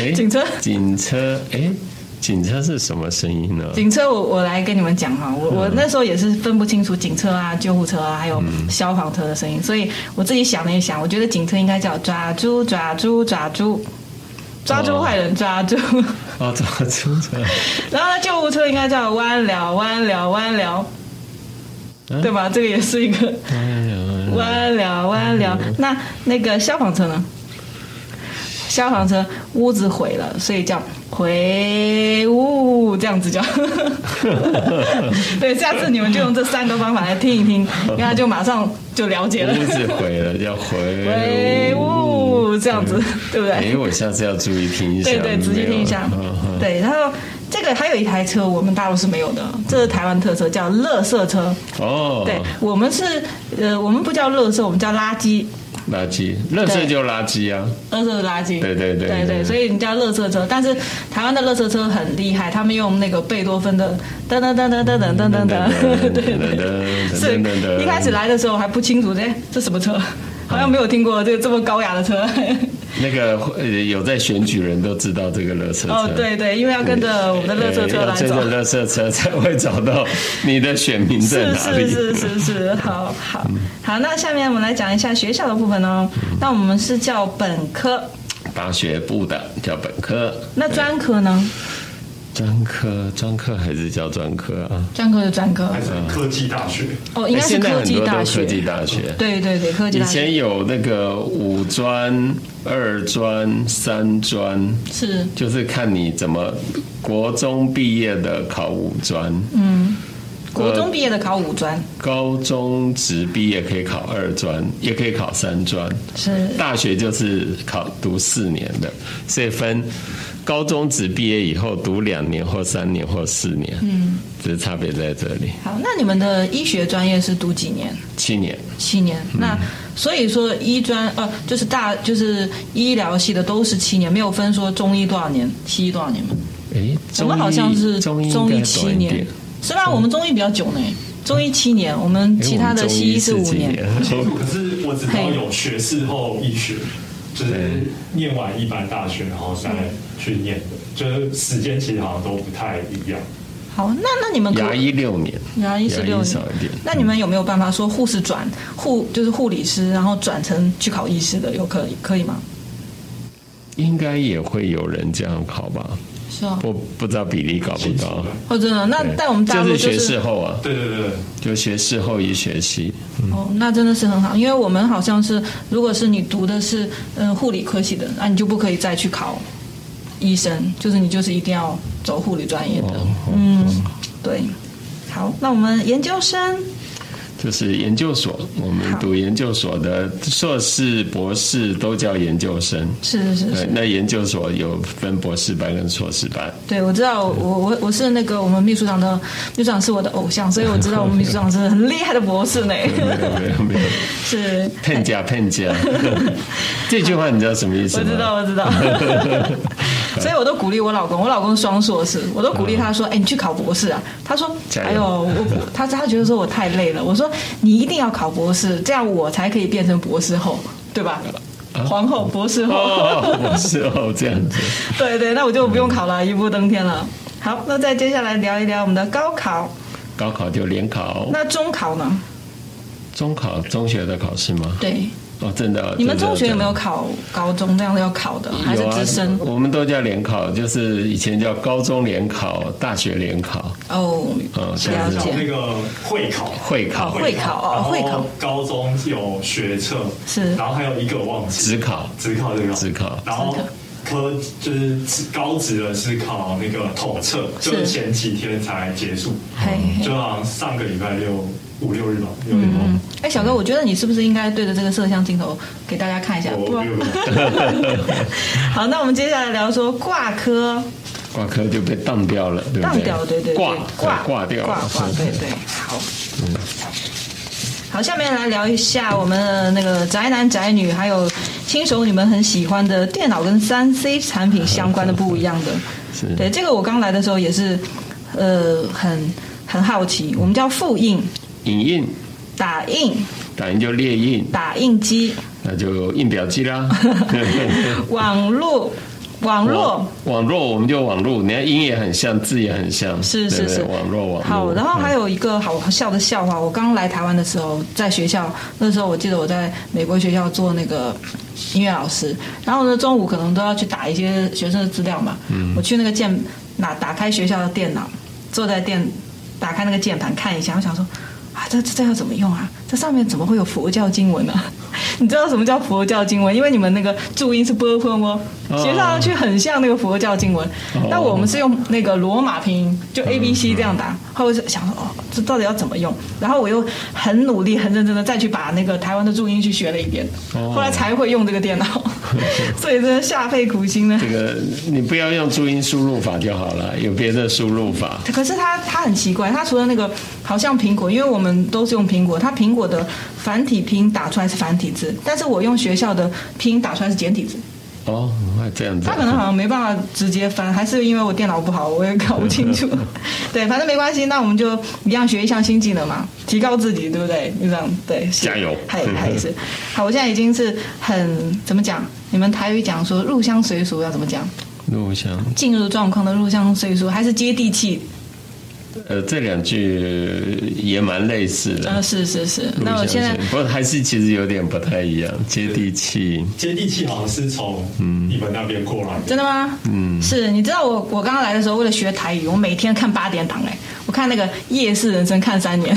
Speaker 3: 诶
Speaker 2: 警车
Speaker 3: 哎警车，哎、警车是什么声音呢？
Speaker 2: 警车我我来跟你们讲哈，我我
Speaker 3: 嗯
Speaker 2: 那时候也是分不清楚警车啊、救护车啊，还有消防车的声音，所以我自己想了一想，我觉得警车应该叫抓猪抓猪抓猪，抓住坏人抓住，
Speaker 3: 哦，怎么出车？
Speaker 2: 然后呢救护车应该叫弯了弯了弯了，
Speaker 3: 嗯
Speaker 2: 对吧？这个也是一个。
Speaker 3: 哎呀
Speaker 2: 弯了弯了，
Speaker 3: 嗯
Speaker 2: 那那个消防车呢？消防车屋子毁了，所以叫回屋，这样子叫。 对，下次你们就用这三个方法来听一听，然后就马上就了解了。
Speaker 3: 屋子毁了，要回
Speaker 2: 回屋，这样子，对不对？
Speaker 3: 哎、我下次要注意听一下。
Speaker 2: 对对，仔细听一下
Speaker 3: 没有嗯嗯。
Speaker 2: 对，然后这个还有一台车，我们大陆是没有的，这是台湾特色，叫乐色车。
Speaker 3: 哦，
Speaker 2: 对，我们是呃，我们不叫乐色，我们叫垃圾。
Speaker 3: 垃圾，垃圾就垃圾啊。
Speaker 2: 垃圾垃圾，
Speaker 3: 对对
Speaker 2: 对
Speaker 3: 对对对
Speaker 2: 所以人家垃圾车，但是台湾的垃圾车很厉害，他们用那个贝多芬的噔噔噔噔噔噔噔噔噔，对对对，是一开始来的时候还不清楚，哎，这什么车？好像没有听过这这么高雅的 车。
Speaker 3: 那个呃，有在选举人都知道这个垃圾车。哎
Speaker 2: 哦，对对，因为要跟着我们的垃圾车来
Speaker 3: 真
Speaker 2: 走。
Speaker 3: 的垃圾车才会找到你的选民在
Speaker 2: 是
Speaker 3: 哪里。
Speaker 2: 是 是是是，好好好，那下面我们来讲一下学校的部分哦。那我们是叫本科，
Speaker 3: 大学部的叫本科，嗯
Speaker 2: 那专科呢？
Speaker 3: 专科，专科还是叫专科啊？
Speaker 2: 专科就专科
Speaker 4: 还是科技大学？
Speaker 2: 哦，应该是
Speaker 3: 哎现在
Speaker 2: 科
Speaker 3: 很
Speaker 2: 技
Speaker 3: 多
Speaker 2: 大
Speaker 3: 都
Speaker 2: 学
Speaker 3: 科。技大学。
Speaker 2: 对对对，科技
Speaker 3: 以
Speaker 2: 大学
Speaker 3: 前有那个五专、二专、三专，
Speaker 2: 是
Speaker 3: 就是看你怎么国中毕业的考五专，嗯，
Speaker 2: 国中毕业的考五专，
Speaker 3: 高中职毕业可以考二专，也可以考三专，
Speaker 2: 是
Speaker 3: 大学就是考读四年的，所以分高中职毕业以后读两年或三年或四年，嗯，只是差别在这里，
Speaker 2: 好。那你们的医学专业是读几年？
Speaker 3: 七年。
Speaker 2: 七年。
Speaker 3: 嗯
Speaker 2: 那所以说医专呃，就是大就是医疗系的都是七年，没有分说中医多少年，西医多少年嘛。
Speaker 3: 诶，
Speaker 2: 我
Speaker 3: 中
Speaker 2: 们好像
Speaker 3: 医
Speaker 2: 是
Speaker 3: 中医应
Speaker 2: 中
Speaker 3: 该
Speaker 2: 医
Speaker 3: 短
Speaker 2: 七
Speaker 3: 一
Speaker 2: 年
Speaker 3: 点，
Speaker 2: 是吧？我们中医比较久呢，中医七年，我们
Speaker 3: 诶
Speaker 2: 其他的
Speaker 3: 我们中
Speaker 2: 西医是
Speaker 3: 是
Speaker 2: 五
Speaker 3: 几
Speaker 2: 年。
Speaker 4: 清楚，可是我只知道有学士后医学，就是念完一般大学然后再去念的，就是时间其实好像都不太一样。
Speaker 2: 好，那那你们可
Speaker 3: 牙医六年，
Speaker 2: 牙医是六年
Speaker 3: 少一点。
Speaker 2: 那你们有没有办法说护士转护就是护理师，然后转成去考医师的，有可以可以吗？
Speaker 3: 应该也会有人这样考吧？
Speaker 2: 是啊，
Speaker 3: 不不知道比例高不
Speaker 4: 清楚
Speaker 3: 高
Speaker 4: 的。
Speaker 2: 哦，真的，那
Speaker 3: 对
Speaker 2: 在我们大陆
Speaker 3: 就是
Speaker 2: 就
Speaker 3: 学
Speaker 2: 是
Speaker 3: 士后啊，
Speaker 4: 对对对，对
Speaker 3: 就学士后医学系，
Speaker 2: 哦，那真的是很好，因为我们好像是，如果是你读的是嗯护理科系的，那你就不可以再去考医生，就是你就是一定要走护理专业的。嗯，对。好，那我们研究生
Speaker 3: 就是研究所。我们
Speaker 2: 好
Speaker 3: 读研究所的硕士、博士都叫研究生。
Speaker 2: 是是是
Speaker 3: 对
Speaker 2: 是，，
Speaker 3: 那研究所有分博士班跟硕士班。
Speaker 2: 对我知道，我我我是那个我们秘书长的秘书长是我的偶像，所以我知道我们秘书长是很厉害的博士呢。
Speaker 3: 没有没有没有，
Speaker 2: 是，
Speaker 3: 骗家骗家。这句话你知道什么意思
Speaker 2: 我
Speaker 3: 吗？
Speaker 2: 知道，我知道。 所以我都鼓励我老公，我老公是双硕士，我都鼓励他说：“哎、你去考博士啊！”他说：“
Speaker 3: 嗯加油
Speaker 2: 哎呦，我 不他他觉得说我太累了。”我说：“你一定要考博士，这样我才可以变成博士后，对吧？”皇后、博士后，
Speaker 3: 啊哦，我是哦，这样子。
Speaker 2: 对对，那我就不用考了，一步登天了。好，那再接下来聊一聊我们的高考，
Speaker 3: 高考就联考，
Speaker 2: 那中考呢？
Speaker 3: 中考中学的考试吗？
Speaker 2: 对，
Speaker 3: 哦，真的。
Speaker 2: 你们
Speaker 3: 真的
Speaker 2: 中学有没有
Speaker 3: 真的
Speaker 2: 考高中这样要考的，还是
Speaker 3: 有啊
Speaker 2: 直升？
Speaker 3: 我们都叫联考，就是以前叫高中联考、大学联考、
Speaker 2: 哦，
Speaker 3: 嗯
Speaker 2: 是
Speaker 3: 对
Speaker 2: 了
Speaker 3: 对
Speaker 4: 像那
Speaker 2: 解，
Speaker 4: 个会考。
Speaker 3: 会考、
Speaker 2: 会考哦
Speaker 4: 然后
Speaker 2: 会考
Speaker 4: 高中有学测，
Speaker 2: 是
Speaker 4: 然后还有一个我忘记
Speaker 3: 职考、
Speaker 4: 职考这个，
Speaker 3: 职考
Speaker 4: 然后科就是高职的是考那个统测，就是
Speaker 2: 是
Speaker 4: 前几天才结束，
Speaker 2: 嘿嘿
Speaker 4: 就好像上个礼拜六五六日吧，六日
Speaker 2: 嗯，哎，小哥，我觉得你是不是应该对着这个摄像镜头给大家看一下？
Speaker 4: 我
Speaker 2: 不然
Speaker 4: 六日。
Speaker 2: 好，那我们接下来聊说挂科
Speaker 3: 挂科就被当掉了，对不对？
Speaker 2: 当掉，对对对，
Speaker 3: 挂
Speaker 2: 挂
Speaker 3: 挂掉
Speaker 2: 挂
Speaker 3: 了，
Speaker 2: 挂，对对，好。好，下面来聊一下我们的那个宅男宅女，还有新手你们很喜欢的电脑跟三 C 产品相关的不一样的。
Speaker 3: 是
Speaker 2: 对，这个我刚来的时候也是，呃，很很好奇，我们叫复印、
Speaker 3: 影印。
Speaker 2: 打印、
Speaker 3: 打印就列印，
Speaker 2: 打印机、
Speaker 3: 那就印表机啦。
Speaker 2: 网络、 网络
Speaker 3: 网。网络我们就网络，你看音也很像，字也很像，
Speaker 2: 是
Speaker 3: 对
Speaker 2: 是
Speaker 3: 不对
Speaker 2: 是，
Speaker 3: 网络网络。
Speaker 2: 好，然后还
Speaker 3: 啊有
Speaker 2: 有一个好笑的笑话，我刚来台湾的时候，在学校那时候，我记得我在美国学校做那个音乐老师，然后呢中午可能都要去打一些学生的资料嘛，我去那个键拿打开学校的电脑，坐在电打开那个键盘看一下，我想说。啊，这这这要怎么用啊？这上面怎么会有佛教经文呢、啊 你知道什么叫佛教经文？因为你们那个注音是波波吗？学上去很像那个佛教经文，但我们是用那个罗马拼音，就 A B C 这样打。后来我就想说，哦，这到底要怎么用？然后我又很努力、很认真的再去把那个台湾的注音去学了一遍，
Speaker 3: 哦
Speaker 2: 后来才会用这个电脑，所以真的下费苦心呢
Speaker 3: 这。个，你不要用注音输入法就好了，有别的输入法。
Speaker 2: 可是它它很奇怪，它除了那个好像苹果，因为我们都是用苹果，它苹果的繁体拼打出来是繁体字，但是我用学校的拼打出来是简体字，
Speaker 3: 哦，这样子。
Speaker 2: 它可能好像没办法直接翻，还是因为我电脑不好，我也搞不清
Speaker 3: 嗯
Speaker 2: 楚。 对，反正没关系，那我们就一样学一项新技能嘛，提高自己，对不对？就这样，对，是
Speaker 3: 加油
Speaker 2: 还还是好，我现在已经是很怎么讲？你们台语讲说入乡随俗要怎么讲？
Speaker 3: 录像
Speaker 2: 进入状况的入乡随俗，还是接地气？
Speaker 3: 呃，这两句也蛮类似的。
Speaker 2: 啊，是是是。那我现在
Speaker 3: 不过还是其实有点不太一样，接地气。
Speaker 4: 接地气好像是从你们那边过来的。
Speaker 2: 真的吗？嗯，是你知道我我刚刚来的时候，为了学台语，我每天看八点档哎、我看那个《夜市人生》看三年，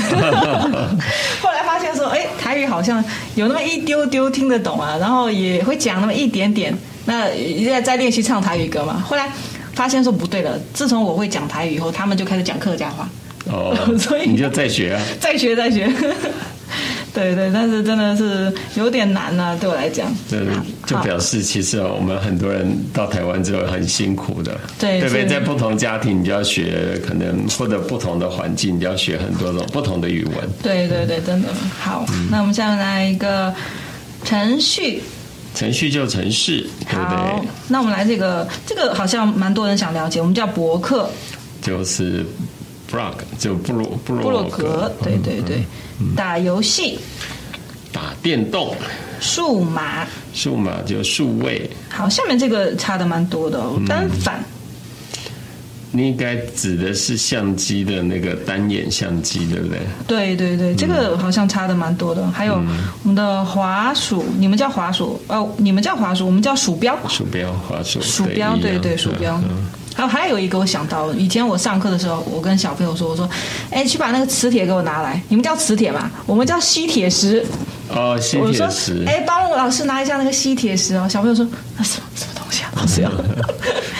Speaker 2: 后来发现说，哎、台语好像有那么一丢丢听得懂啊，然后也会讲那么一点点。那一直在在练习唱台语歌嘛，后来发现说不对了，自从我会讲台语以后，他们就开始讲客家话。，
Speaker 3: 哦
Speaker 2: 所以
Speaker 3: 你就再学啊。
Speaker 2: 再学再学。 对对，但是真的是有点难呐、对我来讲。
Speaker 3: 这就表示，其实我们很多人到台湾之后很辛苦的，
Speaker 2: 对
Speaker 3: 对不对？
Speaker 2: 是
Speaker 3: 在不同家庭，你就要学可能或者不同的环境，你就要学很多种不同的语文。
Speaker 2: 对对对，真的好。
Speaker 3: 嗯
Speaker 2: 那我们下面来一个程序，
Speaker 3: 程序就程式，对不
Speaker 2: 好
Speaker 3: 对？，
Speaker 2: 那我们来这个，这个好像蛮多人想了解，我们叫博客
Speaker 3: 就是 blog 就部落
Speaker 2: 布
Speaker 3: 部落
Speaker 2: 洛格，
Speaker 3: 嗯
Speaker 2: 对对对，打游戏、
Speaker 3: 打电动，
Speaker 2: 数码。
Speaker 3: 数码就数位，
Speaker 2: 好，下面这个差的蛮多的、
Speaker 3: 嗯
Speaker 2: 哦，单反。
Speaker 3: 你应该指的是相机的那个单眼相机，对不对？
Speaker 2: 对对
Speaker 3: 嗯
Speaker 2: 对，这个好像差的蛮多的。还有我们的滑鼠，你们叫滑鼠哦，你们叫滑鼠，我们叫鼠标。
Speaker 3: 鼠标、滑鼠、
Speaker 2: 鼠标，
Speaker 3: 一样
Speaker 2: 对对，鼠标
Speaker 3: 嗯嗯。
Speaker 2: 还有还有一个，我想到以前我上课的时候，我跟小朋友说，我说，哎，去把那个磁铁给我拿来。你们叫磁铁嘛，我们叫吸铁石。
Speaker 3: 哦，吸
Speaker 2: 我
Speaker 3: 铁
Speaker 2: 说
Speaker 3: 石，，
Speaker 2: 哎，帮我老师拿一下那个吸铁石哦。小朋友说，那什么什么东西啊， 老师要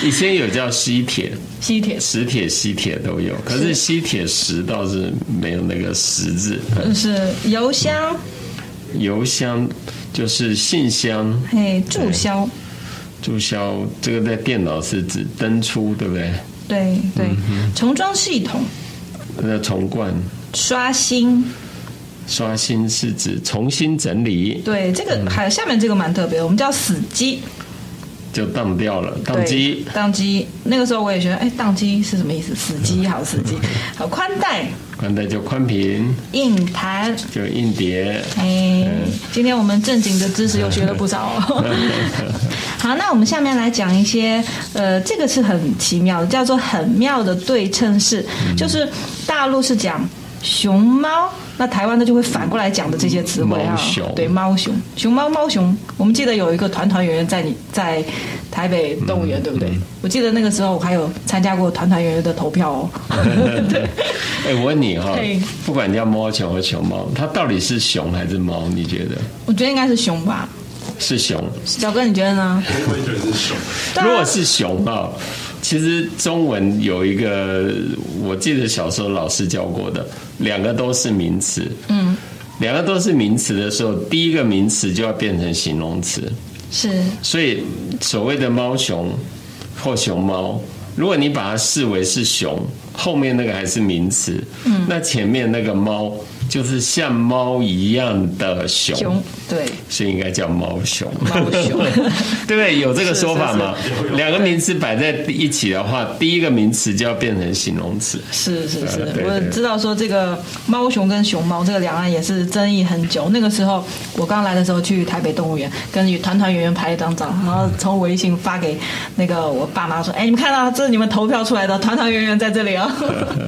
Speaker 3: 以前有叫吸铁，
Speaker 2: 吸铁石。
Speaker 3: 石铁、吸铁都有，可是吸铁石倒是没有那个石字。嗯
Speaker 2: 呃就是邮箱，
Speaker 3: 邮箱就是信箱，
Speaker 2: 哎，注销，
Speaker 3: 注销这个在电脑是指登出，对不对？
Speaker 2: 对对，
Speaker 3: 嗯
Speaker 2: 重装系统，
Speaker 3: 那重灌
Speaker 2: 刷新，
Speaker 3: 刷新是指重新整理，
Speaker 2: 对，这个还有下面这个蛮特别的，我们叫死机，
Speaker 3: 就当掉了，当
Speaker 2: 对
Speaker 3: 机，
Speaker 2: 宕机。那个时候我也觉得，哎，宕机是什么意思？死机好，死机好，宽带、
Speaker 3: 宽带就宽屏，
Speaker 2: 硬盘。
Speaker 3: 就硬碟。
Speaker 2: 哎，今天我们正经的知识又学了不少、哦。 好，那我们下面来讲一些，呃，这个是很奇妙的，叫做很妙的对称式，
Speaker 3: 嗯
Speaker 2: 就是大陆是讲熊猫，那台湾呢就会反过来讲的这些词汇啊
Speaker 3: 猫熊，
Speaker 2: 对，猫熊、熊猫、猫熊。我们记得有一个团团圆圆在你在台北动
Speaker 3: 嗯
Speaker 2: 物园，对不对？我记得那个时候我还有参加过团团圆圆的投票 哦。对
Speaker 3: 哎，我问你哈、
Speaker 2: 嘿
Speaker 3: 不管叫猫熊和熊猫，它到底是熊还是猫？你觉得
Speaker 2: 我觉得应该是熊吧，
Speaker 3: 是熊？
Speaker 2: 小哥你觉得呢？
Speaker 4: 我也觉得是熊，
Speaker 2: 对啊
Speaker 3: 如果是熊啊，其实中文有一个，我记得小时候老师教过的，两个都是名词。嗯，两个都是名词的时候，第一个名词就要变成形容词。
Speaker 2: 是
Speaker 3: 所以所谓的猫熊或熊猫，如果你把它视为是熊，后面那个还是名词，嗯，那前面那个猫就是像猫一样的熊，
Speaker 2: 熊， 对。
Speaker 3: 所以应该叫猫熊。
Speaker 2: 猫熊，
Speaker 3: 对不对？有这个说法吗
Speaker 4: 是是？是
Speaker 3: 两个名词摆在一起的话，第一个名词就要变成形容词。
Speaker 2: 是是是
Speaker 3: 呃，对
Speaker 2: 我
Speaker 3: 对
Speaker 2: 知道说这个猫熊跟熊猫这个两岸也是争议很久。那个时候我刚来的时候去台北动物园，跟与团团圆圆拍一张照，然后从微信发给那个我爸妈说：“哎，你们看到这是你们投票出来的团团圆圆在这里 哦。”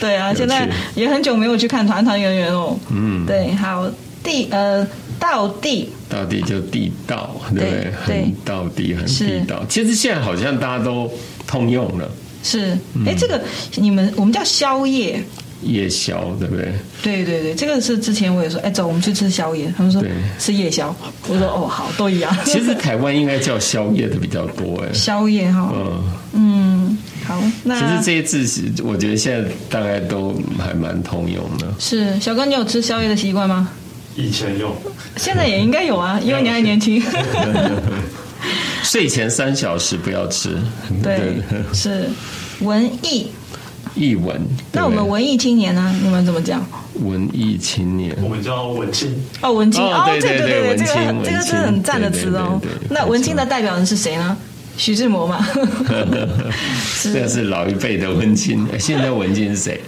Speaker 2: 对啊，
Speaker 3: 有趣
Speaker 2: 现在也很久没有去看团团圆圆哦。嗯，对，好地呃道地
Speaker 3: 到底就地道，对不对
Speaker 2: 对？对
Speaker 3: 很到底，很
Speaker 2: 是
Speaker 3: 地道。其实现在好像大家都通用了，
Speaker 2: 是
Speaker 3: 嗯
Speaker 2: 哎，这个你们我们叫宵夜。
Speaker 3: 夜宵，对不对？
Speaker 2: 对对对，这个是之前我也说，哎，走，我们去吃宵夜。他们说
Speaker 3: 对
Speaker 2: 吃夜宵，我说哦，好，都一样。，
Speaker 3: 其实台湾应该叫宵夜的比较多，哎
Speaker 2: 宵夜哈，
Speaker 3: 嗯。
Speaker 2: 嗯，好，
Speaker 3: 其实
Speaker 2: 那
Speaker 3: 这些字是，我觉得现在大概都还蛮通用的。
Speaker 2: 是小哥，你有吃宵夜的习惯吗？
Speaker 4: 以前有，
Speaker 2: 现在也应该有啊，
Speaker 3: 嗯
Speaker 2: 因为你还年 轻。
Speaker 3: 睡前三小时不要吃，
Speaker 2: 对，是文艺。
Speaker 3: 译文。
Speaker 2: 那
Speaker 3: 对不
Speaker 2: 我
Speaker 3: 对
Speaker 2: 们文艺青年呢？你们怎么讲？
Speaker 3: 文艺青年，
Speaker 4: 我们叫文青，
Speaker 2: 哦，文青
Speaker 3: 哦对
Speaker 2: 对
Speaker 3: 对
Speaker 2: 对，
Speaker 3: 对
Speaker 2: 这个
Speaker 3: 文青
Speaker 2: 很这个
Speaker 3: 文
Speaker 2: 是
Speaker 3: 青
Speaker 2: 很赞的词哦
Speaker 3: 对对对。对
Speaker 2: 那文青的代表人是谁呢？徐
Speaker 3: 嗯
Speaker 2: 志摩嘛。
Speaker 3: 这是老一辈的文青，现在文青是谁？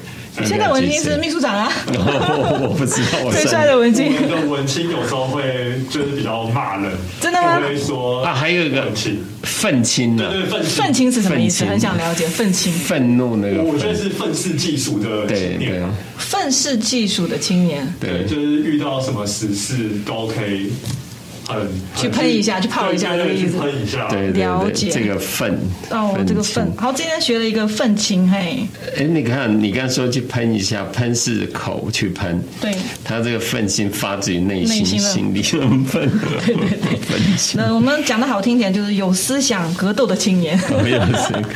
Speaker 2: 现在文静是秘书长啊，
Speaker 3: 哦我我不知道，我
Speaker 2: 最帅的文静。
Speaker 3: 哦
Speaker 4: 我们的文青有时候会就是比较骂人，
Speaker 2: 真的吗
Speaker 4: 就会说
Speaker 3: 啊，还有一个
Speaker 4: 文青，
Speaker 3: 愤青
Speaker 4: 对
Speaker 3: 呢，
Speaker 4: 对愤青
Speaker 2: 愤青是什么意思？
Speaker 3: 愤青
Speaker 2: 很想了解愤青。
Speaker 3: 愤怒那个
Speaker 4: 我
Speaker 3: 愤，
Speaker 4: 觉得是愤世嫉俗的
Speaker 3: 对
Speaker 4: 青
Speaker 3: 对
Speaker 4: 年啊，
Speaker 2: 愤世嫉俗的青年，
Speaker 4: 对，
Speaker 3: 对，
Speaker 4: 就是遇到什么时事都可以很很
Speaker 2: 去喷一下去泡一下
Speaker 4: 对对对
Speaker 2: 这个意思
Speaker 4: 去喷一下，
Speaker 3: 对对
Speaker 2: 了
Speaker 3: 对
Speaker 2: 解
Speaker 3: 对，这个愤
Speaker 2: 哦，这个愤，好，今天学了一个愤青，嘿，
Speaker 3: 哎，你看，你刚说去喷一下，喷是口去喷，
Speaker 2: 对
Speaker 3: 他这个愤心发自于内
Speaker 2: 内
Speaker 3: 心，
Speaker 2: 心的
Speaker 3: 心里很愤，对对对，愤青，
Speaker 2: 那我们讲的好听点就是有思想格斗的青年。
Speaker 3: 没有这个，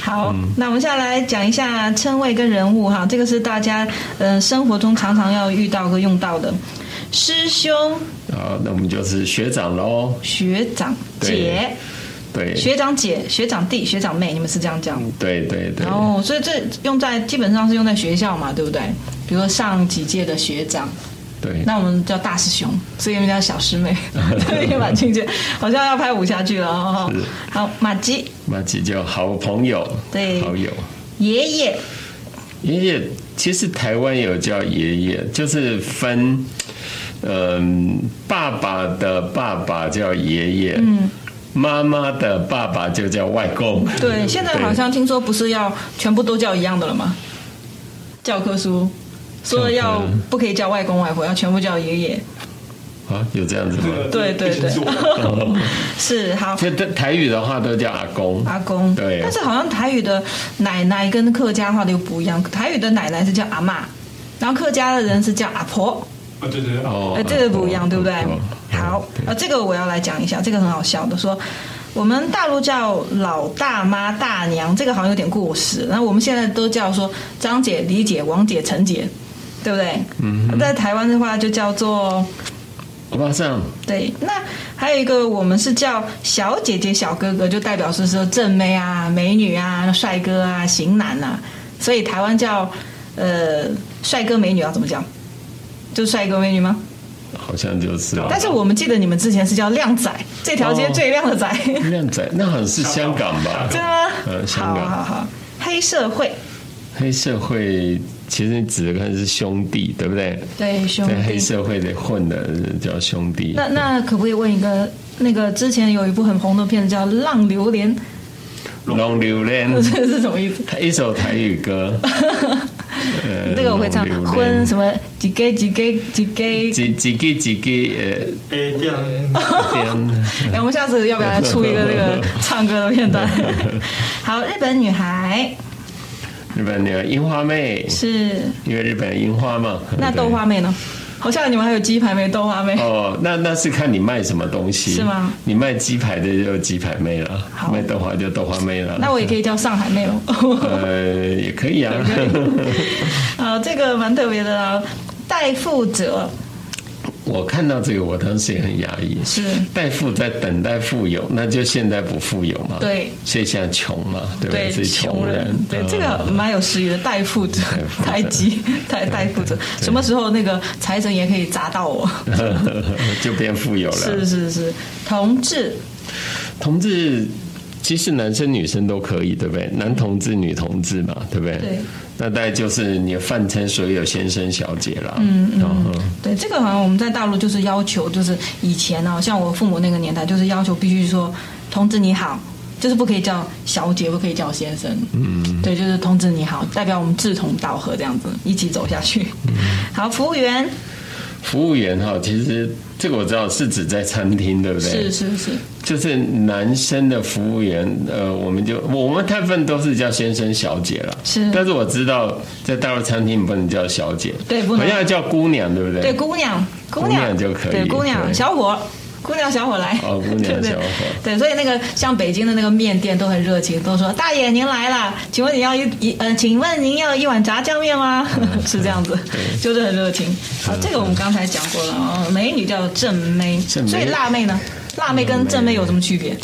Speaker 2: 好，
Speaker 3: 嗯
Speaker 2: 那我们下来讲一下称谓跟人物哈，这个是大家呃生活中常常要遇到和用到的，师兄、
Speaker 3: 好，那我们就是学长喽，
Speaker 2: 学长、姐、
Speaker 3: 对，
Speaker 2: 学长姐、学长弟、学长妹，你们是这样讲？
Speaker 3: 对对对，
Speaker 2: 哦，所以这用在基本上是用在学校嘛，对不对？比如说上几届的学长，
Speaker 3: 对，
Speaker 2: 那我们叫大师兄，所以人家小师妹，对，也蛮亲切。好像要拍武侠剧了哦。好，马吉
Speaker 3: 马吉就好朋友，
Speaker 2: 对
Speaker 3: 好友，
Speaker 2: 爷爷，
Speaker 3: 爷爷，其实台湾有叫爷爷，就是分，嗯、爸爸的爸爸叫爷爷，嗯，妈妈的爸爸就叫外公，
Speaker 2: 对，现在好像听说不是要全部都叫一样的了吗？教科书说要
Speaker 3: 教科
Speaker 2: 不可以叫外公外婆，要全部叫爷爷。
Speaker 3: 啊，有这样子吗
Speaker 4: 这？个
Speaker 2: 对对对
Speaker 4: 一起做
Speaker 2: 是好。
Speaker 3: 这这台语的话都叫阿公，
Speaker 2: 阿公，
Speaker 3: 对
Speaker 2: 但是好像台语的奶奶跟客家话的又不一样，台语的奶奶是叫阿妈，然后客家的人是叫阿婆，
Speaker 4: 啊，对对对，
Speaker 3: 哦
Speaker 2: 呃，这个不一样，对不对
Speaker 3: 哦？
Speaker 2: 好，呃，这个我要来讲一下，这个很好笑的，说我们大陆叫老大妈、大娘，这个好像有点过时。那我们现在都叫说张姐、李姐、王姐、陈姐，对不对？嗯，在台湾的话就叫做
Speaker 3: 我马上
Speaker 2: 对。那还有一个，我们是叫小姐姐、小哥哥，就代表是说正妹啊、美女啊、帅哥啊、型男啊。所以台湾叫呃帅哥美女要怎么讲？就帅哥美女吗？
Speaker 3: 好像就是啊
Speaker 2: 但是我们记得你们之前是叫靓仔，这条街最靓的仔，
Speaker 3: 靓仔，那好像是香港吧？
Speaker 2: 真的吗？
Speaker 3: 哦呃香
Speaker 2: 好
Speaker 3: 港
Speaker 2: 好好，黑社会
Speaker 3: 黑社会其实指的看是兄弟，对不对？
Speaker 2: 对兄
Speaker 3: 在黑
Speaker 2: 弟。
Speaker 3: 社会里混的人叫兄弟。
Speaker 2: 那那可不可以问一个？那个之前有一部很红的片子叫《浪流连》，
Speaker 3: 龙榴莲，
Speaker 2: 这是什么意思？
Speaker 3: 他一首台语歌，呃
Speaker 2: 这个我会唱，婚什么几 gay 几 gay 几 gay。
Speaker 3: 几几个几个
Speaker 4: 哎这样
Speaker 3: 呃点，
Speaker 2: 哎，我们下次要不要来出一个那个唱歌的片 段？好，日本女孩
Speaker 3: 日本那个樱花妹，
Speaker 2: 是
Speaker 3: 因为日本有樱花嘛。
Speaker 2: 那
Speaker 3: 对
Speaker 2: 豆花妹呢？好像你们还有鸡排妹、豆花妹。
Speaker 3: 哦，那那是看你卖什么东西，
Speaker 2: 是吗？
Speaker 3: 你卖鸡排的就鸡排妹了
Speaker 2: 好，
Speaker 3: 卖豆花就豆花妹了。
Speaker 2: 那我也可以叫上海妹哦喽。
Speaker 3: 呃也可以啊，
Speaker 2: 啊，这个蛮特别的啊。代付者
Speaker 3: 我看到这个我当时也很压抑。
Speaker 2: 是
Speaker 3: 代富在等待富有，那就现在不富有嘛，
Speaker 2: 对
Speaker 3: 所以现在穷嘛，对不
Speaker 2: 对
Speaker 3: 对？是
Speaker 2: 穷
Speaker 3: 人
Speaker 2: 人，，对
Speaker 3: 嗯
Speaker 2: 这个蛮有诗意的。代付者
Speaker 3: 代父、者
Speaker 2: 代机、代 代付者，什么时候那个财神也可以砸到我？
Speaker 3: 就变富有了。
Speaker 2: 是是是，同志
Speaker 3: 同志，其实男生女生都可以，对不对？男同志、女同志嘛，对不对？
Speaker 2: 嗯对。
Speaker 3: 那大概就是你泛称所有先生小姐啦。嗯嗯。
Speaker 2: 对，这个好像我们在大陆就是要求，就是以前呢、像我父母那个年代，就是要求必须说“同志你好”，就是不可以叫小姐，不可以叫先生。嗯，对，就是“同志你好”，代表我们志同道合这样子，一起走下去。好，服务员
Speaker 3: 服务员哈，其实这个我知道是指在餐厅，对不对？
Speaker 2: 是是是，
Speaker 3: 就是男生的服务员，呃，我们就我们大部分都是叫先生小姐啦。
Speaker 2: 是
Speaker 3: 但是我知道在大陆餐厅你不能叫小姐，
Speaker 2: 对不能
Speaker 3: 好像要叫姑娘，对不对？
Speaker 2: 对，姑娘，
Speaker 3: 姑
Speaker 2: 娘
Speaker 3: 娘就可以
Speaker 2: 对，姑娘，
Speaker 3: 对
Speaker 2: 小伙。姑娘，小伙来！
Speaker 3: 哦姑娘
Speaker 2: 对对
Speaker 3: 小伙
Speaker 2: 对，所以那个像北京的那个面店都很热情，都说大爷您来了，请问你要一一呃，请问您要一碗炸酱面吗？ 是这样 子，就是很热情。好，这个我们刚才讲过了哦，美女叫正妹，
Speaker 3: 正妹
Speaker 2: 所以辣妹呢？辣妹跟正妹有什么区别？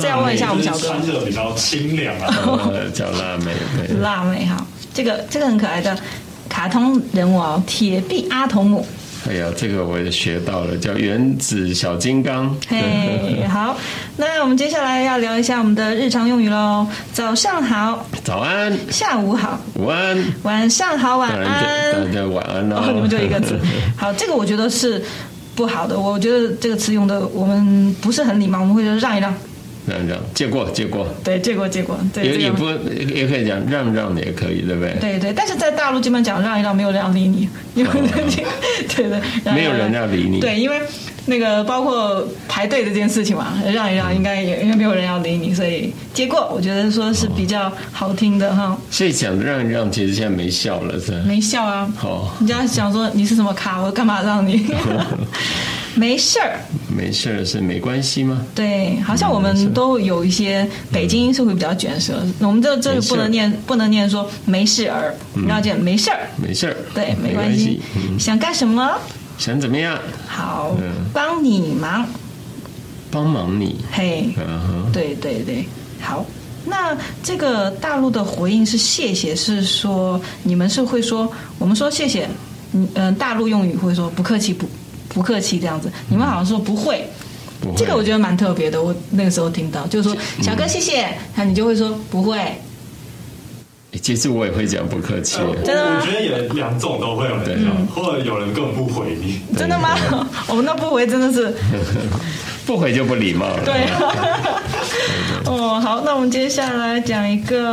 Speaker 2: 再问一下我们小
Speaker 4: 就是
Speaker 2: 哥，
Speaker 4: 穿的比较清凉啊，
Speaker 2: 哦
Speaker 3: 呃，叫辣妹， 对。
Speaker 2: 辣妹哈，这个这个很可爱的卡通人物哦，铁臂阿童木，
Speaker 3: 哎呀，这个我也学到了，叫原子小金刚。
Speaker 2: 嘿，好，那我们接下来要聊一下我们的日常用语喽。早上好，
Speaker 3: 早安，
Speaker 2: 下午好，
Speaker 3: 午安，
Speaker 2: 晚上好，晚
Speaker 3: 当
Speaker 2: 安
Speaker 3: 然就当然。 就晚安啦、
Speaker 2: 哦，你们就一个字。好，这个我觉得是不好的，我觉得这个词用的我们不是很礼貌，我们会说让一让。
Speaker 3: 让让，借过借过，
Speaker 2: 对，结果结果，对
Speaker 3: 也
Speaker 2: 这
Speaker 3: 也
Speaker 2: 样。
Speaker 3: 不也可以讲让让的也可以，对不对？哦
Speaker 2: 对对，但是在大陆基本讲让一让，没有人要理你，因为 对对，让一
Speaker 3: 没有
Speaker 2: 让
Speaker 3: 人要理你
Speaker 2: 对，因为那个包括排队这件事情嘛，让一让应该也因为没有人要理你，所以结果我觉得说是比较好听的哈，
Speaker 3: 所以讲让让，其实现在没笑了，是吧
Speaker 2: 没笑啊。
Speaker 3: 哦，
Speaker 2: 人家想说你是什么咖，我干嘛让你？ 没事儿，
Speaker 3: 没事儿是没关系吗？
Speaker 2: 对，好像我们都有一些北
Speaker 3: 嗯
Speaker 2: 京是会比较卷舌，我们这这个不能念不能念说没事儿，
Speaker 3: 嗯
Speaker 2: 你要讲没事儿，
Speaker 3: 没事儿，
Speaker 2: 对，没
Speaker 3: 没
Speaker 2: 关系
Speaker 3: 系。。嗯，
Speaker 2: 想干什么？
Speaker 3: 想怎么样？
Speaker 2: 好
Speaker 3: 嗯，
Speaker 2: 帮你忙。
Speaker 3: 帮忙你。
Speaker 2: 嘿，
Speaker 3: 嗯哼，
Speaker 2: 对对对，好。那这个大陆的回应是谢谢，是说你们是会说我们说谢谢，嗯嗯，大陆用语会说不客气不不客气这样子，你们好像说不会。
Speaker 3: 嗯不会嗯
Speaker 2: 这个我觉得蛮特别的，我那个时候听到，就是说小哥谢谢，那你就会说不会，
Speaker 3: 其实我也会讲不客气。啊
Speaker 2: 真的吗
Speaker 4: 我觉得也两种都会有人讲，或者有人更不回你。
Speaker 2: 真的吗？ 我们那不回真的是
Speaker 3: 不回就不礼貌了。
Speaker 2: 对，啊哦，好，那我们接下来讲一个，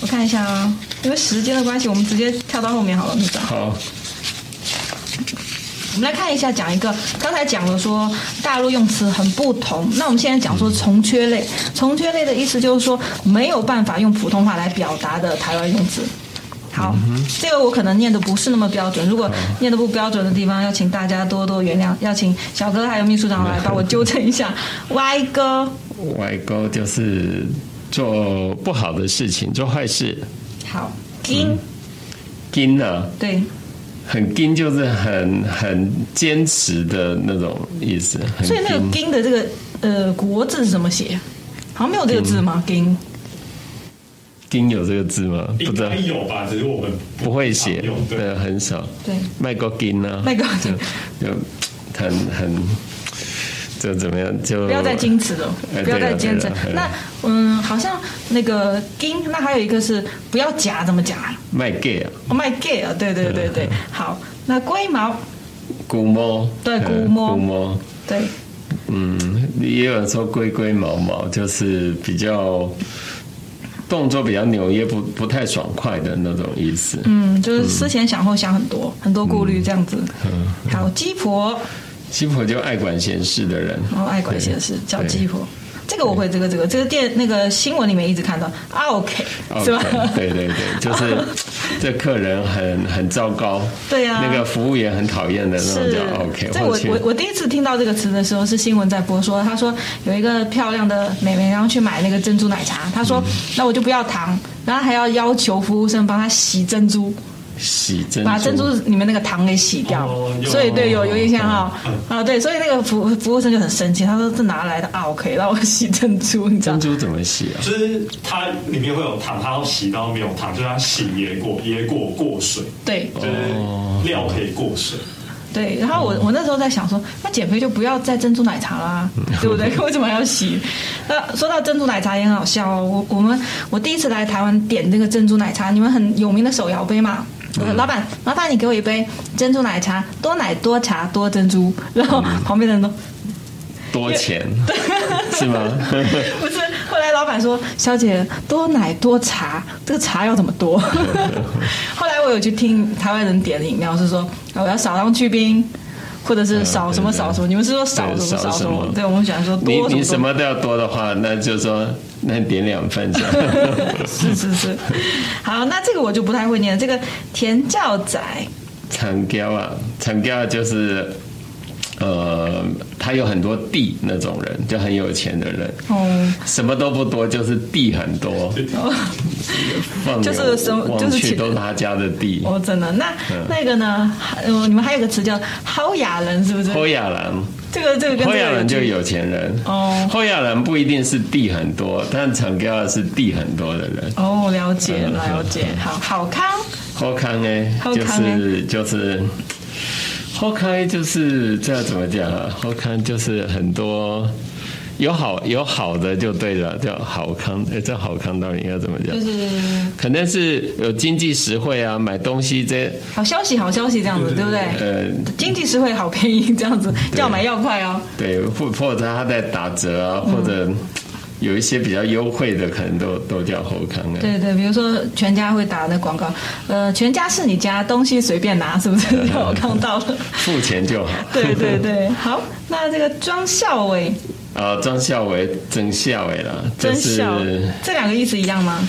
Speaker 2: 我看一下啊，因为时间的关系，我们直接跳到后面好了，那个，
Speaker 3: 好，
Speaker 2: 我们来看一下，讲一个，刚才讲了说大陆用词很不同，那我们现在讲说从缺类，从缺类的意思就是说没有办法用普通话来表达的台湾用词。好，这个我可能念的不是那么标准，如果念的不标准的地方，要请大家多多原谅，要请小哥还有秘书长来帮我纠正一下。歪哥，
Speaker 3: 外沟就是做不好的事情，做坏事。
Speaker 2: 好，金。
Speaker 3: 硬啊，
Speaker 2: 对，
Speaker 3: 很硬就是很很坚持的那种意思。很
Speaker 2: 所以那个“
Speaker 3: 硬
Speaker 2: 金”的这个呃国字是怎么写？好像没有这个字吗？“金
Speaker 3: 嗯硬有这个字吗？不
Speaker 4: 应
Speaker 3: 知道
Speaker 4: 该，有吧，只是我们
Speaker 3: 不会写
Speaker 4: 常用，对
Speaker 3: 对，很少。”
Speaker 2: 对，
Speaker 3: 卖过金啊，
Speaker 2: 那个
Speaker 3: 就就很很就怎么样就
Speaker 2: 不要再矜持了，
Speaker 3: 哎
Speaker 2: 不要再
Speaker 3: 对了
Speaker 2: 坚持
Speaker 3: 对了对。了
Speaker 2: 那嗯，好像那个“金”，那还有一个是不要假，怎么假
Speaker 3: 卖 gay 啊，
Speaker 2: ？Oh my god！啊对对对对，好，那龟毛，
Speaker 3: 估摸
Speaker 2: 对
Speaker 3: 嗯
Speaker 2: 估摸
Speaker 3: 估摸，
Speaker 2: 对
Speaker 3: 嗯，也有人说龟龟毛毛，就是比较动作比较扭捏，不不太爽快的那种意思。
Speaker 2: 嗯，就是思前想后想很多，很多顾
Speaker 3: 嗯
Speaker 2: 虑这样子。好，鸡婆，
Speaker 3: 鸡婆就爱管闲事的人，
Speaker 2: 然后哦爱管闲事，叫鸡
Speaker 3: 对
Speaker 2: 婆。这个我会，这个这个这个电那个新闻里面一直看到啊，OK，是吧？
Speaker 3: OK，对 对对，就是这客人很很糟糕，
Speaker 2: 对啊
Speaker 3: 那个服务员很讨厌的那种
Speaker 2: 是
Speaker 3: 叫 OK，
Speaker 2: 这
Speaker 3: 或
Speaker 2: 我
Speaker 3: 去
Speaker 2: 我我第一次听到这个词的时候是新闻在播说，他说有一个漂亮的美眉，然后去买那个珍珠奶茶，他
Speaker 3: 嗯
Speaker 2: 说、那我就不要糖，然后还要要求服务生帮他洗珍珠，
Speaker 3: 洗珍珠，
Speaker 2: 把珍珠里面那个糖给洗掉。
Speaker 4: 哦有
Speaker 2: 所以对有有印象哈
Speaker 3: 哦
Speaker 2: 啊对，所以那个服服务生就很生气，他说这哪来的啊 OK 让我洗珍珠，你知道
Speaker 3: 珍？珠怎么洗啊？
Speaker 4: 就是它里面会有糖，它要洗到没有糖，就是它洗椰果，椰果过水，
Speaker 2: 对
Speaker 3: 哦
Speaker 4: 就是料可以过水。
Speaker 2: 对，然后我我那时候在想说，那减肥就不要再珍珠奶茶啦，对不对？ 为什么还要洗？那说到珍珠奶茶也很好笑哦。我我们我第一次来台湾点这个珍珠奶茶，你们很有名的手摇杯嘛。我说老板，麻烦你给我一杯珍珠奶茶，多奶多茶多珍珠。然后旁边的人都
Speaker 3: 多钱是吗？
Speaker 2: 不是。后来老板说：“小姐，多奶多茶，这个茶要怎么多？” 后来我有去听台湾人点的饮料，是说啊我要少量去冰，或者是少什么
Speaker 3: 嗯对对
Speaker 2: 少什么。你们是说少
Speaker 3: 对
Speaker 2: 什么少
Speaker 3: 少什
Speaker 2: 什
Speaker 3: 么
Speaker 2: 么？对，我们喜欢说
Speaker 3: 你
Speaker 2: 多
Speaker 3: 你
Speaker 2: 什
Speaker 3: 什
Speaker 2: 么
Speaker 3: 么都要多的话，那就说那点两 份这样。
Speaker 2: 多。是是是。好，那这个我就不太会念了。这个甜教仔，
Speaker 3: 长胶啊，长胶就是呃，他有很多地那种人，就很有钱的人，
Speaker 2: 哦，
Speaker 3: 什么都不多，就是地很多，放
Speaker 2: 就
Speaker 3: 牛
Speaker 2: 是什么
Speaker 3: 望
Speaker 2: 就是
Speaker 3: 去
Speaker 2: 钱
Speaker 3: 都是他家的地。
Speaker 2: 哦，真的。那
Speaker 3: 嗯
Speaker 2: 那个呢？还呃，你们还有个词叫“薅雅人”，是不是？
Speaker 3: 侯亚兰，
Speaker 2: 这个这个跟
Speaker 3: 侯
Speaker 2: 这
Speaker 3: 亚
Speaker 2: 个
Speaker 3: 兰就
Speaker 2: 区
Speaker 3: 有钱人。
Speaker 2: 哦
Speaker 3: 侯亚兰不一定是地很多，但长胶是地很多的人。
Speaker 2: 哦，了解
Speaker 3: 嗯
Speaker 2: 了解。好，好康。
Speaker 3: 好康呢，
Speaker 2: 好
Speaker 3: 就
Speaker 2: 康呢
Speaker 3: 是就是后开就是这怎么讲啊？后开就是很多有好有好的就对了，叫好康。哎，这好康到底应该怎么讲？
Speaker 2: 就是
Speaker 3: 可能是有经济实惠啊，买东西这
Speaker 2: 好消息，好消息这样子，对不对？
Speaker 3: 呃，
Speaker 2: 经济实惠，好便宜这样子，
Speaker 3: 对
Speaker 2: 要买要快哦。
Speaker 3: 对，或或者他在打折啊，或
Speaker 2: 嗯
Speaker 3: 者有一些比较优惠的，可能都都叫后康啊。
Speaker 2: 对对，比如说全家会打的广告，呃，全家是你家，东西随便拿，是不 是？让我看到了。
Speaker 3: 付钱就好。
Speaker 2: 对对对，好，那这个庄孝伟、
Speaker 3: 啊，张孝伟、曾孝伟啦，这
Speaker 2: 曾
Speaker 3: 是
Speaker 2: 孝，这两个意思一样吗？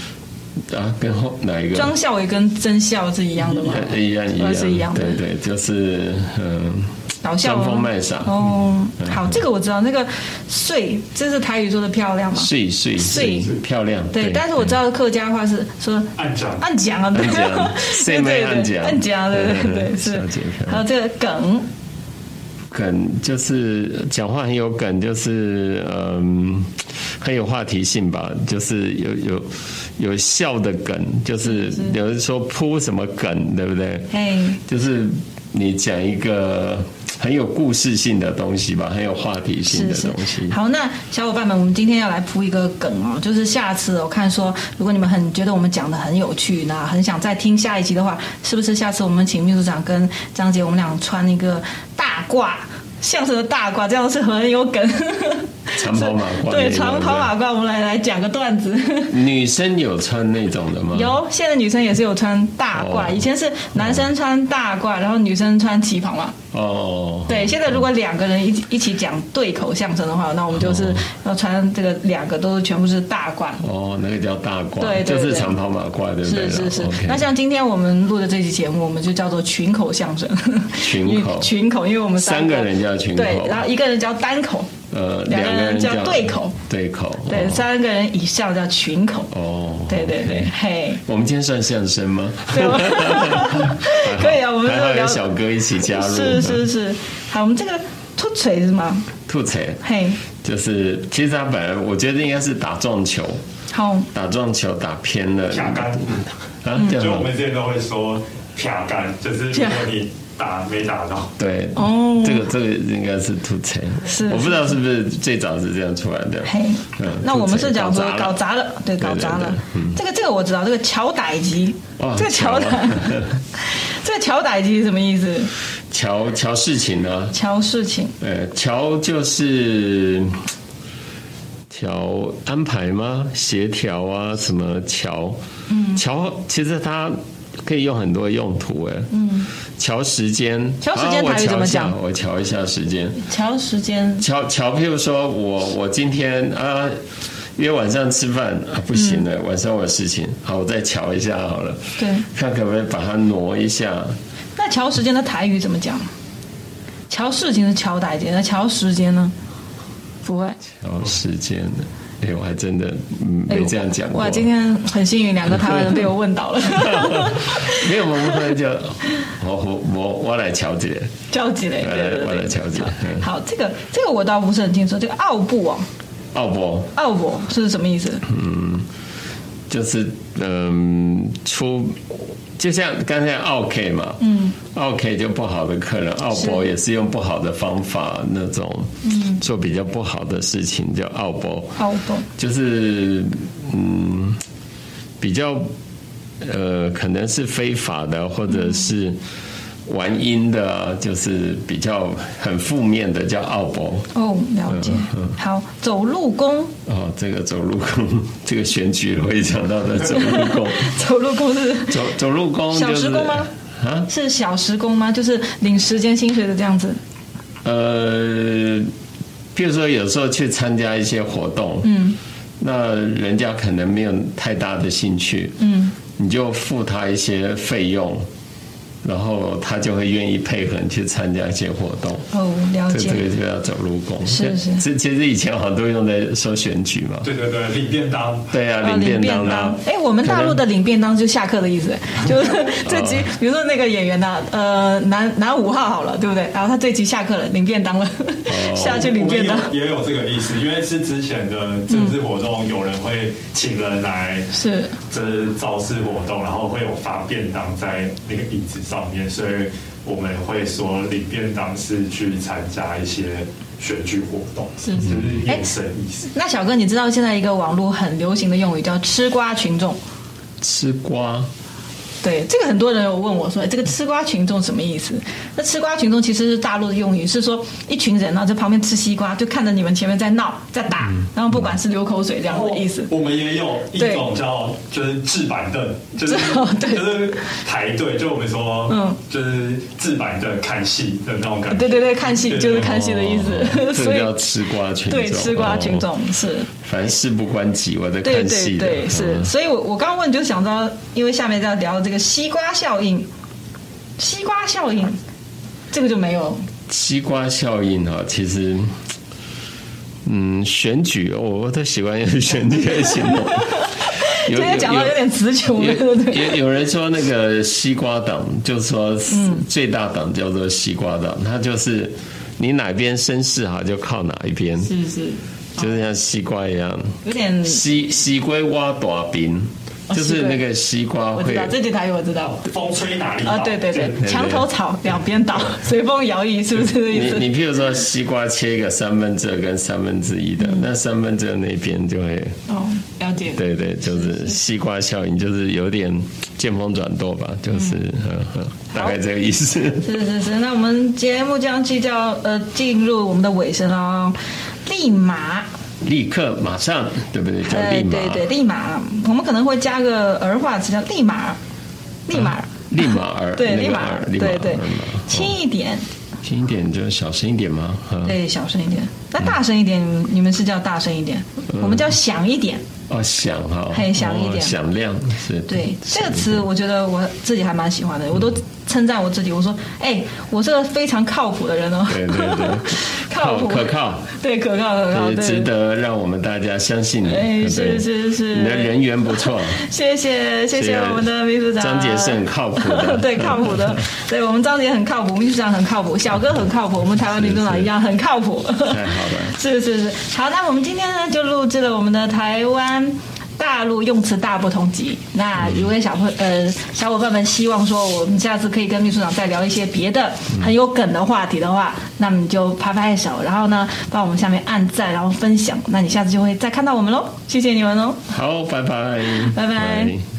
Speaker 3: 啊，跟后哪一个？
Speaker 2: 庄孝伟跟曾孝是一样的吗？
Speaker 3: 一样一样
Speaker 2: 是一样的
Speaker 3: 对对，就是嗯，
Speaker 2: 搞笑吗
Speaker 3: 装疯卖傻
Speaker 2: 哦，
Speaker 3: 嗯
Speaker 2: 好，这个我知道，那个睡，这是台语说的漂亮嘛？
Speaker 3: 睡睡
Speaker 2: 睡
Speaker 3: 漂亮。
Speaker 2: 对，但是我知道客家话是说
Speaker 4: 按讲
Speaker 2: 按讲啊，对
Speaker 3: 按 讲
Speaker 2: 对
Speaker 3: 谁没
Speaker 2: 对
Speaker 3: 按
Speaker 2: 对，
Speaker 3: 讲
Speaker 2: 按讲，啊对对对，
Speaker 3: 嗯
Speaker 2: 是
Speaker 3: 小姐漂。亮
Speaker 2: 还有这个梗，
Speaker 3: 梗就是讲话很有梗，就是嗯，很有话题性吧，就是有有有笑的梗，就是有人说铺什么梗，对不对？
Speaker 2: 嘿，
Speaker 3: 就是你讲一个很有故事性的东西吧，很有话题性
Speaker 2: 是
Speaker 3: 的
Speaker 2: 是
Speaker 3: 东西。。
Speaker 2: 好，那小伙伴们，我们今天要来铺一个梗哦，就是下次我看说，如果你们很觉得我们讲的很有趣，那很想再听下一集的话，是不是下次我们请秘书长跟张姐，我们俩穿一个大褂。相声的大褂，这样是很有梗。
Speaker 3: 长袍马褂
Speaker 2: 对，
Speaker 3: 那种
Speaker 2: 长袍马褂，我们来来讲个段子。
Speaker 3: 女生有穿那种的吗？
Speaker 2: 有，现在女生也是有穿大褂，
Speaker 3: 嗯哦嗯
Speaker 2: 以前是男生穿大褂，然后女生穿旗袍嘛。
Speaker 3: 哦，
Speaker 2: 对，现在如果两个人一起一起讲对口相声的话，那我们就是要穿这个两个都是全部是大褂。
Speaker 3: 哦，那个叫大褂，
Speaker 2: 对对对
Speaker 3: 就是长袍马褂，对不对
Speaker 2: 是
Speaker 3: 了？
Speaker 2: 是是
Speaker 3: OK
Speaker 2: 那像今天我们录的这期节目，我们就叫做群口相声。
Speaker 3: 群口
Speaker 2: 群口，因为我们
Speaker 3: 三个人叫群口
Speaker 2: 对，然后一个人叫单口，
Speaker 3: 呃，
Speaker 2: 两
Speaker 3: 两
Speaker 2: 个
Speaker 3: 个
Speaker 2: 人
Speaker 3: 人
Speaker 2: 叫
Speaker 3: 叫
Speaker 2: 对口，
Speaker 3: 对口，
Speaker 2: 对，
Speaker 3: 哦
Speaker 2: 三个人以上叫群口。
Speaker 3: 哦，
Speaker 2: 对对对
Speaker 3: OK，
Speaker 2: 嘿，
Speaker 3: 我们今天算相声吗？
Speaker 2: 对吧 可以啊，我们
Speaker 3: 还
Speaker 2: 就
Speaker 3: 好有
Speaker 2: 聊。
Speaker 3: 小哥一起加入，
Speaker 2: 是是是，好，我们这个吐锤是吗？
Speaker 3: 吐槽
Speaker 2: 嘿，
Speaker 3: 就是，其实他本来我觉得应该是打撞球，
Speaker 2: 好，
Speaker 3: 打撞球打偏了，
Speaker 4: 卡杆，
Speaker 3: 啊，
Speaker 2: 嗯
Speaker 3: 叫什
Speaker 4: 嗯就我
Speaker 3: 么
Speaker 4: 们之前都会说卡杆，就是如果你打没打到，
Speaker 3: 对，
Speaker 2: 哦
Speaker 3: 这个这个应该是吐槽，
Speaker 2: 是
Speaker 3: 我不知道是不是最早是这样出来的嗯
Speaker 2: 嘿，，那我们是讲说搞
Speaker 3: 搞
Speaker 2: 砸了，对，搞砸了
Speaker 3: 对对对。嗯
Speaker 2: 这个这个我知道，这个桥歹集
Speaker 3: 哦，
Speaker 2: 这个桥
Speaker 3: 桥
Speaker 2: 歹， 这个桥歹集是什么意思？
Speaker 3: 乔乔事情啊呢、
Speaker 2: 桥事情，
Speaker 3: 呃，调就是调安排吗？协调啊，什么调？嗯，调其实它可以用很多用途哎。嗯，调时间，
Speaker 2: 调时间
Speaker 3: 啊我
Speaker 2: 台语怎么
Speaker 3: 调一下
Speaker 2: 讲
Speaker 3: 我调一下时间。
Speaker 2: 桥时间，
Speaker 3: 乔乔，譬如说我我今天啊约晚上吃饭啊不行了，晚上我有事情，好我再瞧一下好了，
Speaker 2: 嗯对。
Speaker 3: 看可不可以把它挪一下。
Speaker 2: 那桥时间的台语怎么讲？桥事情是桥歹集，那桥时间呢？不会，
Speaker 3: 调时间，哎、我还真的嗯没这样讲过。
Speaker 2: 哎哇，今天很幸运，两个台湾人被我问 倒了，
Speaker 3: 没有，我们后来就 我我我我来调解，
Speaker 2: 着急嘞，
Speaker 3: 我
Speaker 2: 对
Speaker 3: 来
Speaker 2: 对
Speaker 3: 哎我来
Speaker 2: 对。
Speaker 3: 调解。嗯
Speaker 2: 好，这个这个我倒不是很清楚，这个奥布哦，
Speaker 3: 奥博
Speaker 2: 奥布是什么意思？
Speaker 3: 就是嗯出，就像刚才奥 K 嘛，嗯，奥 K 就不好的客人，奥博也是用不好的方法那种，嗯，做比较不好的事情叫奥博，
Speaker 2: 奥布
Speaker 3: 就是嗯比较呃可能是非法的或者是。玩阴的啊，就是比较很负面的，叫奥博。
Speaker 2: 哦，了解。
Speaker 3: 嗯
Speaker 2: 好，走路工，
Speaker 3: 哦，这个走路工， 这个选举会讲到的走路工，
Speaker 2: 走路工是
Speaker 3: 走走路工、就
Speaker 2: 小
Speaker 3: 是、
Speaker 2: 时工吗？
Speaker 3: 啊，
Speaker 2: 是小时工吗？就是领时间薪水的这样子。
Speaker 3: 呃，譬如说有时候去参加一些活动，嗯，那人家可能没有太大的兴趣，嗯，你就付他一些费用，然后他就会愿意配合你去参加一些活动。
Speaker 2: 哦，了
Speaker 3: 这这
Speaker 2: 解。
Speaker 3: 个就叫走路工，
Speaker 2: 是是
Speaker 3: 这其实以前好多用在说选举嘛，
Speaker 4: 对对对，领便当，
Speaker 3: 对啊，
Speaker 2: 哦
Speaker 3: 领便当啦、
Speaker 2: 哎，我们大陆的领便当就下课的 意思，就是这集，
Speaker 3: 哦
Speaker 2: 比如说那个演员呢，呃，男男五号好了，对不对？然后他这集下课了，领便当了，
Speaker 3: 哦
Speaker 2: 下去领
Speaker 4: 我们
Speaker 2: 便当。
Speaker 4: 有也有这个意思，因为是之前的政治活动，有人会请人来
Speaker 2: 是
Speaker 4: 这是造势活动，然后会有发便当在那个椅子上面，所以我们会说领便当是去参加一些选举活动，
Speaker 2: 是哎
Speaker 4: 就是是衍生意思。
Speaker 2: 那小哥，你知道现在一个网络很流行的用语叫“吃瓜群众
Speaker 3: 吃瓜，”，
Speaker 2: 对，这个很多人有问我说，哎这个“吃瓜群众”什么意思？那“吃瓜群众”其实是大陆的用语，是说一群人呢、在旁边吃西瓜，就看着你们前面在闹在打，
Speaker 3: 嗯
Speaker 2: 然后不管是流口水这样子的意思。
Speaker 4: 我们也有一
Speaker 2: 对
Speaker 4: 种叫就是置板凳，就是
Speaker 2: 哦对
Speaker 4: 就是排队，就我们说，
Speaker 2: 嗯
Speaker 4: 嗯，就是置板凳看戏的那种感觉。
Speaker 2: 对对对，看戏
Speaker 4: 对
Speaker 2: 就是看戏的意
Speaker 3: 哦
Speaker 2: 思，
Speaker 3: 这
Speaker 2: 所
Speaker 3: 个
Speaker 2: 以
Speaker 3: 叫吃瓜群众，
Speaker 2: 对吃瓜群
Speaker 3: 哦，
Speaker 2: 众是。
Speaker 3: 凡事不关己，我在
Speaker 2: 对
Speaker 3: 看
Speaker 2: 对
Speaker 3: 戏的，
Speaker 2: 对，是，
Speaker 3: 嗯
Speaker 2: 所以我我刚问就想到，因为下面要聊这个西瓜效应，西瓜效应，这个就没有，
Speaker 3: 西瓜效应哈，其实，嗯，选举，我我的习惯用选举来 形容。有
Speaker 2: 今天讲到有点词穷了，对
Speaker 3: 有
Speaker 2: 不对？
Speaker 3: 有有人说那个西瓜党，就说
Speaker 2: 嗯
Speaker 3: 最大党叫做西瓜党，它就是你哪边声势好就靠哪一边，
Speaker 2: 是哦是，
Speaker 3: 就是像西瓜一样，
Speaker 2: 有点，
Speaker 3: 西西瓜挖大饼，
Speaker 2: 哦
Speaker 3: 就是那个西瓜
Speaker 2: 我知
Speaker 3: 会
Speaker 2: 道这句台语我知道，
Speaker 4: 风吹哪里倒
Speaker 2: 啊，对对对
Speaker 4: 就，
Speaker 3: 对
Speaker 2: 墙头草两边倒，随风摇曳，是不是这个意思？
Speaker 3: 你你譬如说西瓜切一个三分之二跟三分之一
Speaker 2: 嗯
Speaker 3: 的，那三分之二那边就会，
Speaker 2: 哦，了解，
Speaker 3: 对对，就是西瓜效应，就是有点见风转舵吧，就是、嗯嗯大概这个意思。
Speaker 2: 是是是，那我们节目将即将呃进入我们的尾声了，立马
Speaker 3: 立刻马上，对不对？叫
Speaker 2: 呃
Speaker 3: 立，马，
Speaker 2: 对对，立马，我们可能会加个儿化词叫立马，立马，
Speaker 3: 啊立马儿，
Speaker 2: 对，
Speaker 3: 那
Speaker 2: 立
Speaker 3: 个
Speaker 2: 马
Speaker 3: 儿，，立马
Speaker 2: 对
Speaker 3: 儿
Speaker 2: 对
Speaker 3: 嘛，
Speaker 2: 轻
Speaker 3: 哦
Speaker 2: 一点，
Speaker 3: 轻一点就小声一点嘛，啊，
Speaker 2: 对，小声一点，那大声一点，你们是叫大声一点，
Speaker 3: 嗯
Speaker 2: 我们叫响一点。
Speaker 3: 哦，响哈，
Speaker 2: 嘿响一
Speaker 3: 哦
Speaker 2: 点
Speaker 3: 响亮是，
Speaker 2: 对，这个
Speaker 3: 响
Speaker 2: 词我觉得我自己还蛮喜欢的，我都称赞我自己，我说，哎，我是个非常靠谱的人哦，
Speaker 3: 对对对
Speaker 2: 靠谱，
Speaker 3: 可靠，
Speaker 2: 对，可靠，可靠，
Speaker 3: 也
Speaker 2: 对，
Speaker 3: 值得让我们大家相信你，
Speaker 2: 哎
Speaker 3: 对不对
Speaker 2: 是是是
Speaker 3: 你的人缘不错，
Speaker 2: 谢谢谢谢
Speaker 3: 谢
Speaker 2: 我们的秘书长
Speaker 3: 张杰是很靠谱的
Speaker 2: 啊 对靠谱 的，对我们张杰很靠谱，秘书长很靠谱，小哥很靠谱，我们台湾民众党一样很靠谱。
Speaker 3: 太好了。
Speaker 2: 是是是，好，那我们今天呢就录制了我们的台湾。大陆用词大不同集。那如果小朋呃小伙伴们希望说我们下次可以跟秘书长再聊一些别的
Speaker 3: 嗯
Speaker 2: 很有梗的话题的话，那么你就拍拍手，然后呢帮我们下面按赞，哦然后分享，那你下次就会再看到我们喽。谢谢你们喽。
Speaker 3: 好，拜拜，
Speaker 2: 拜拜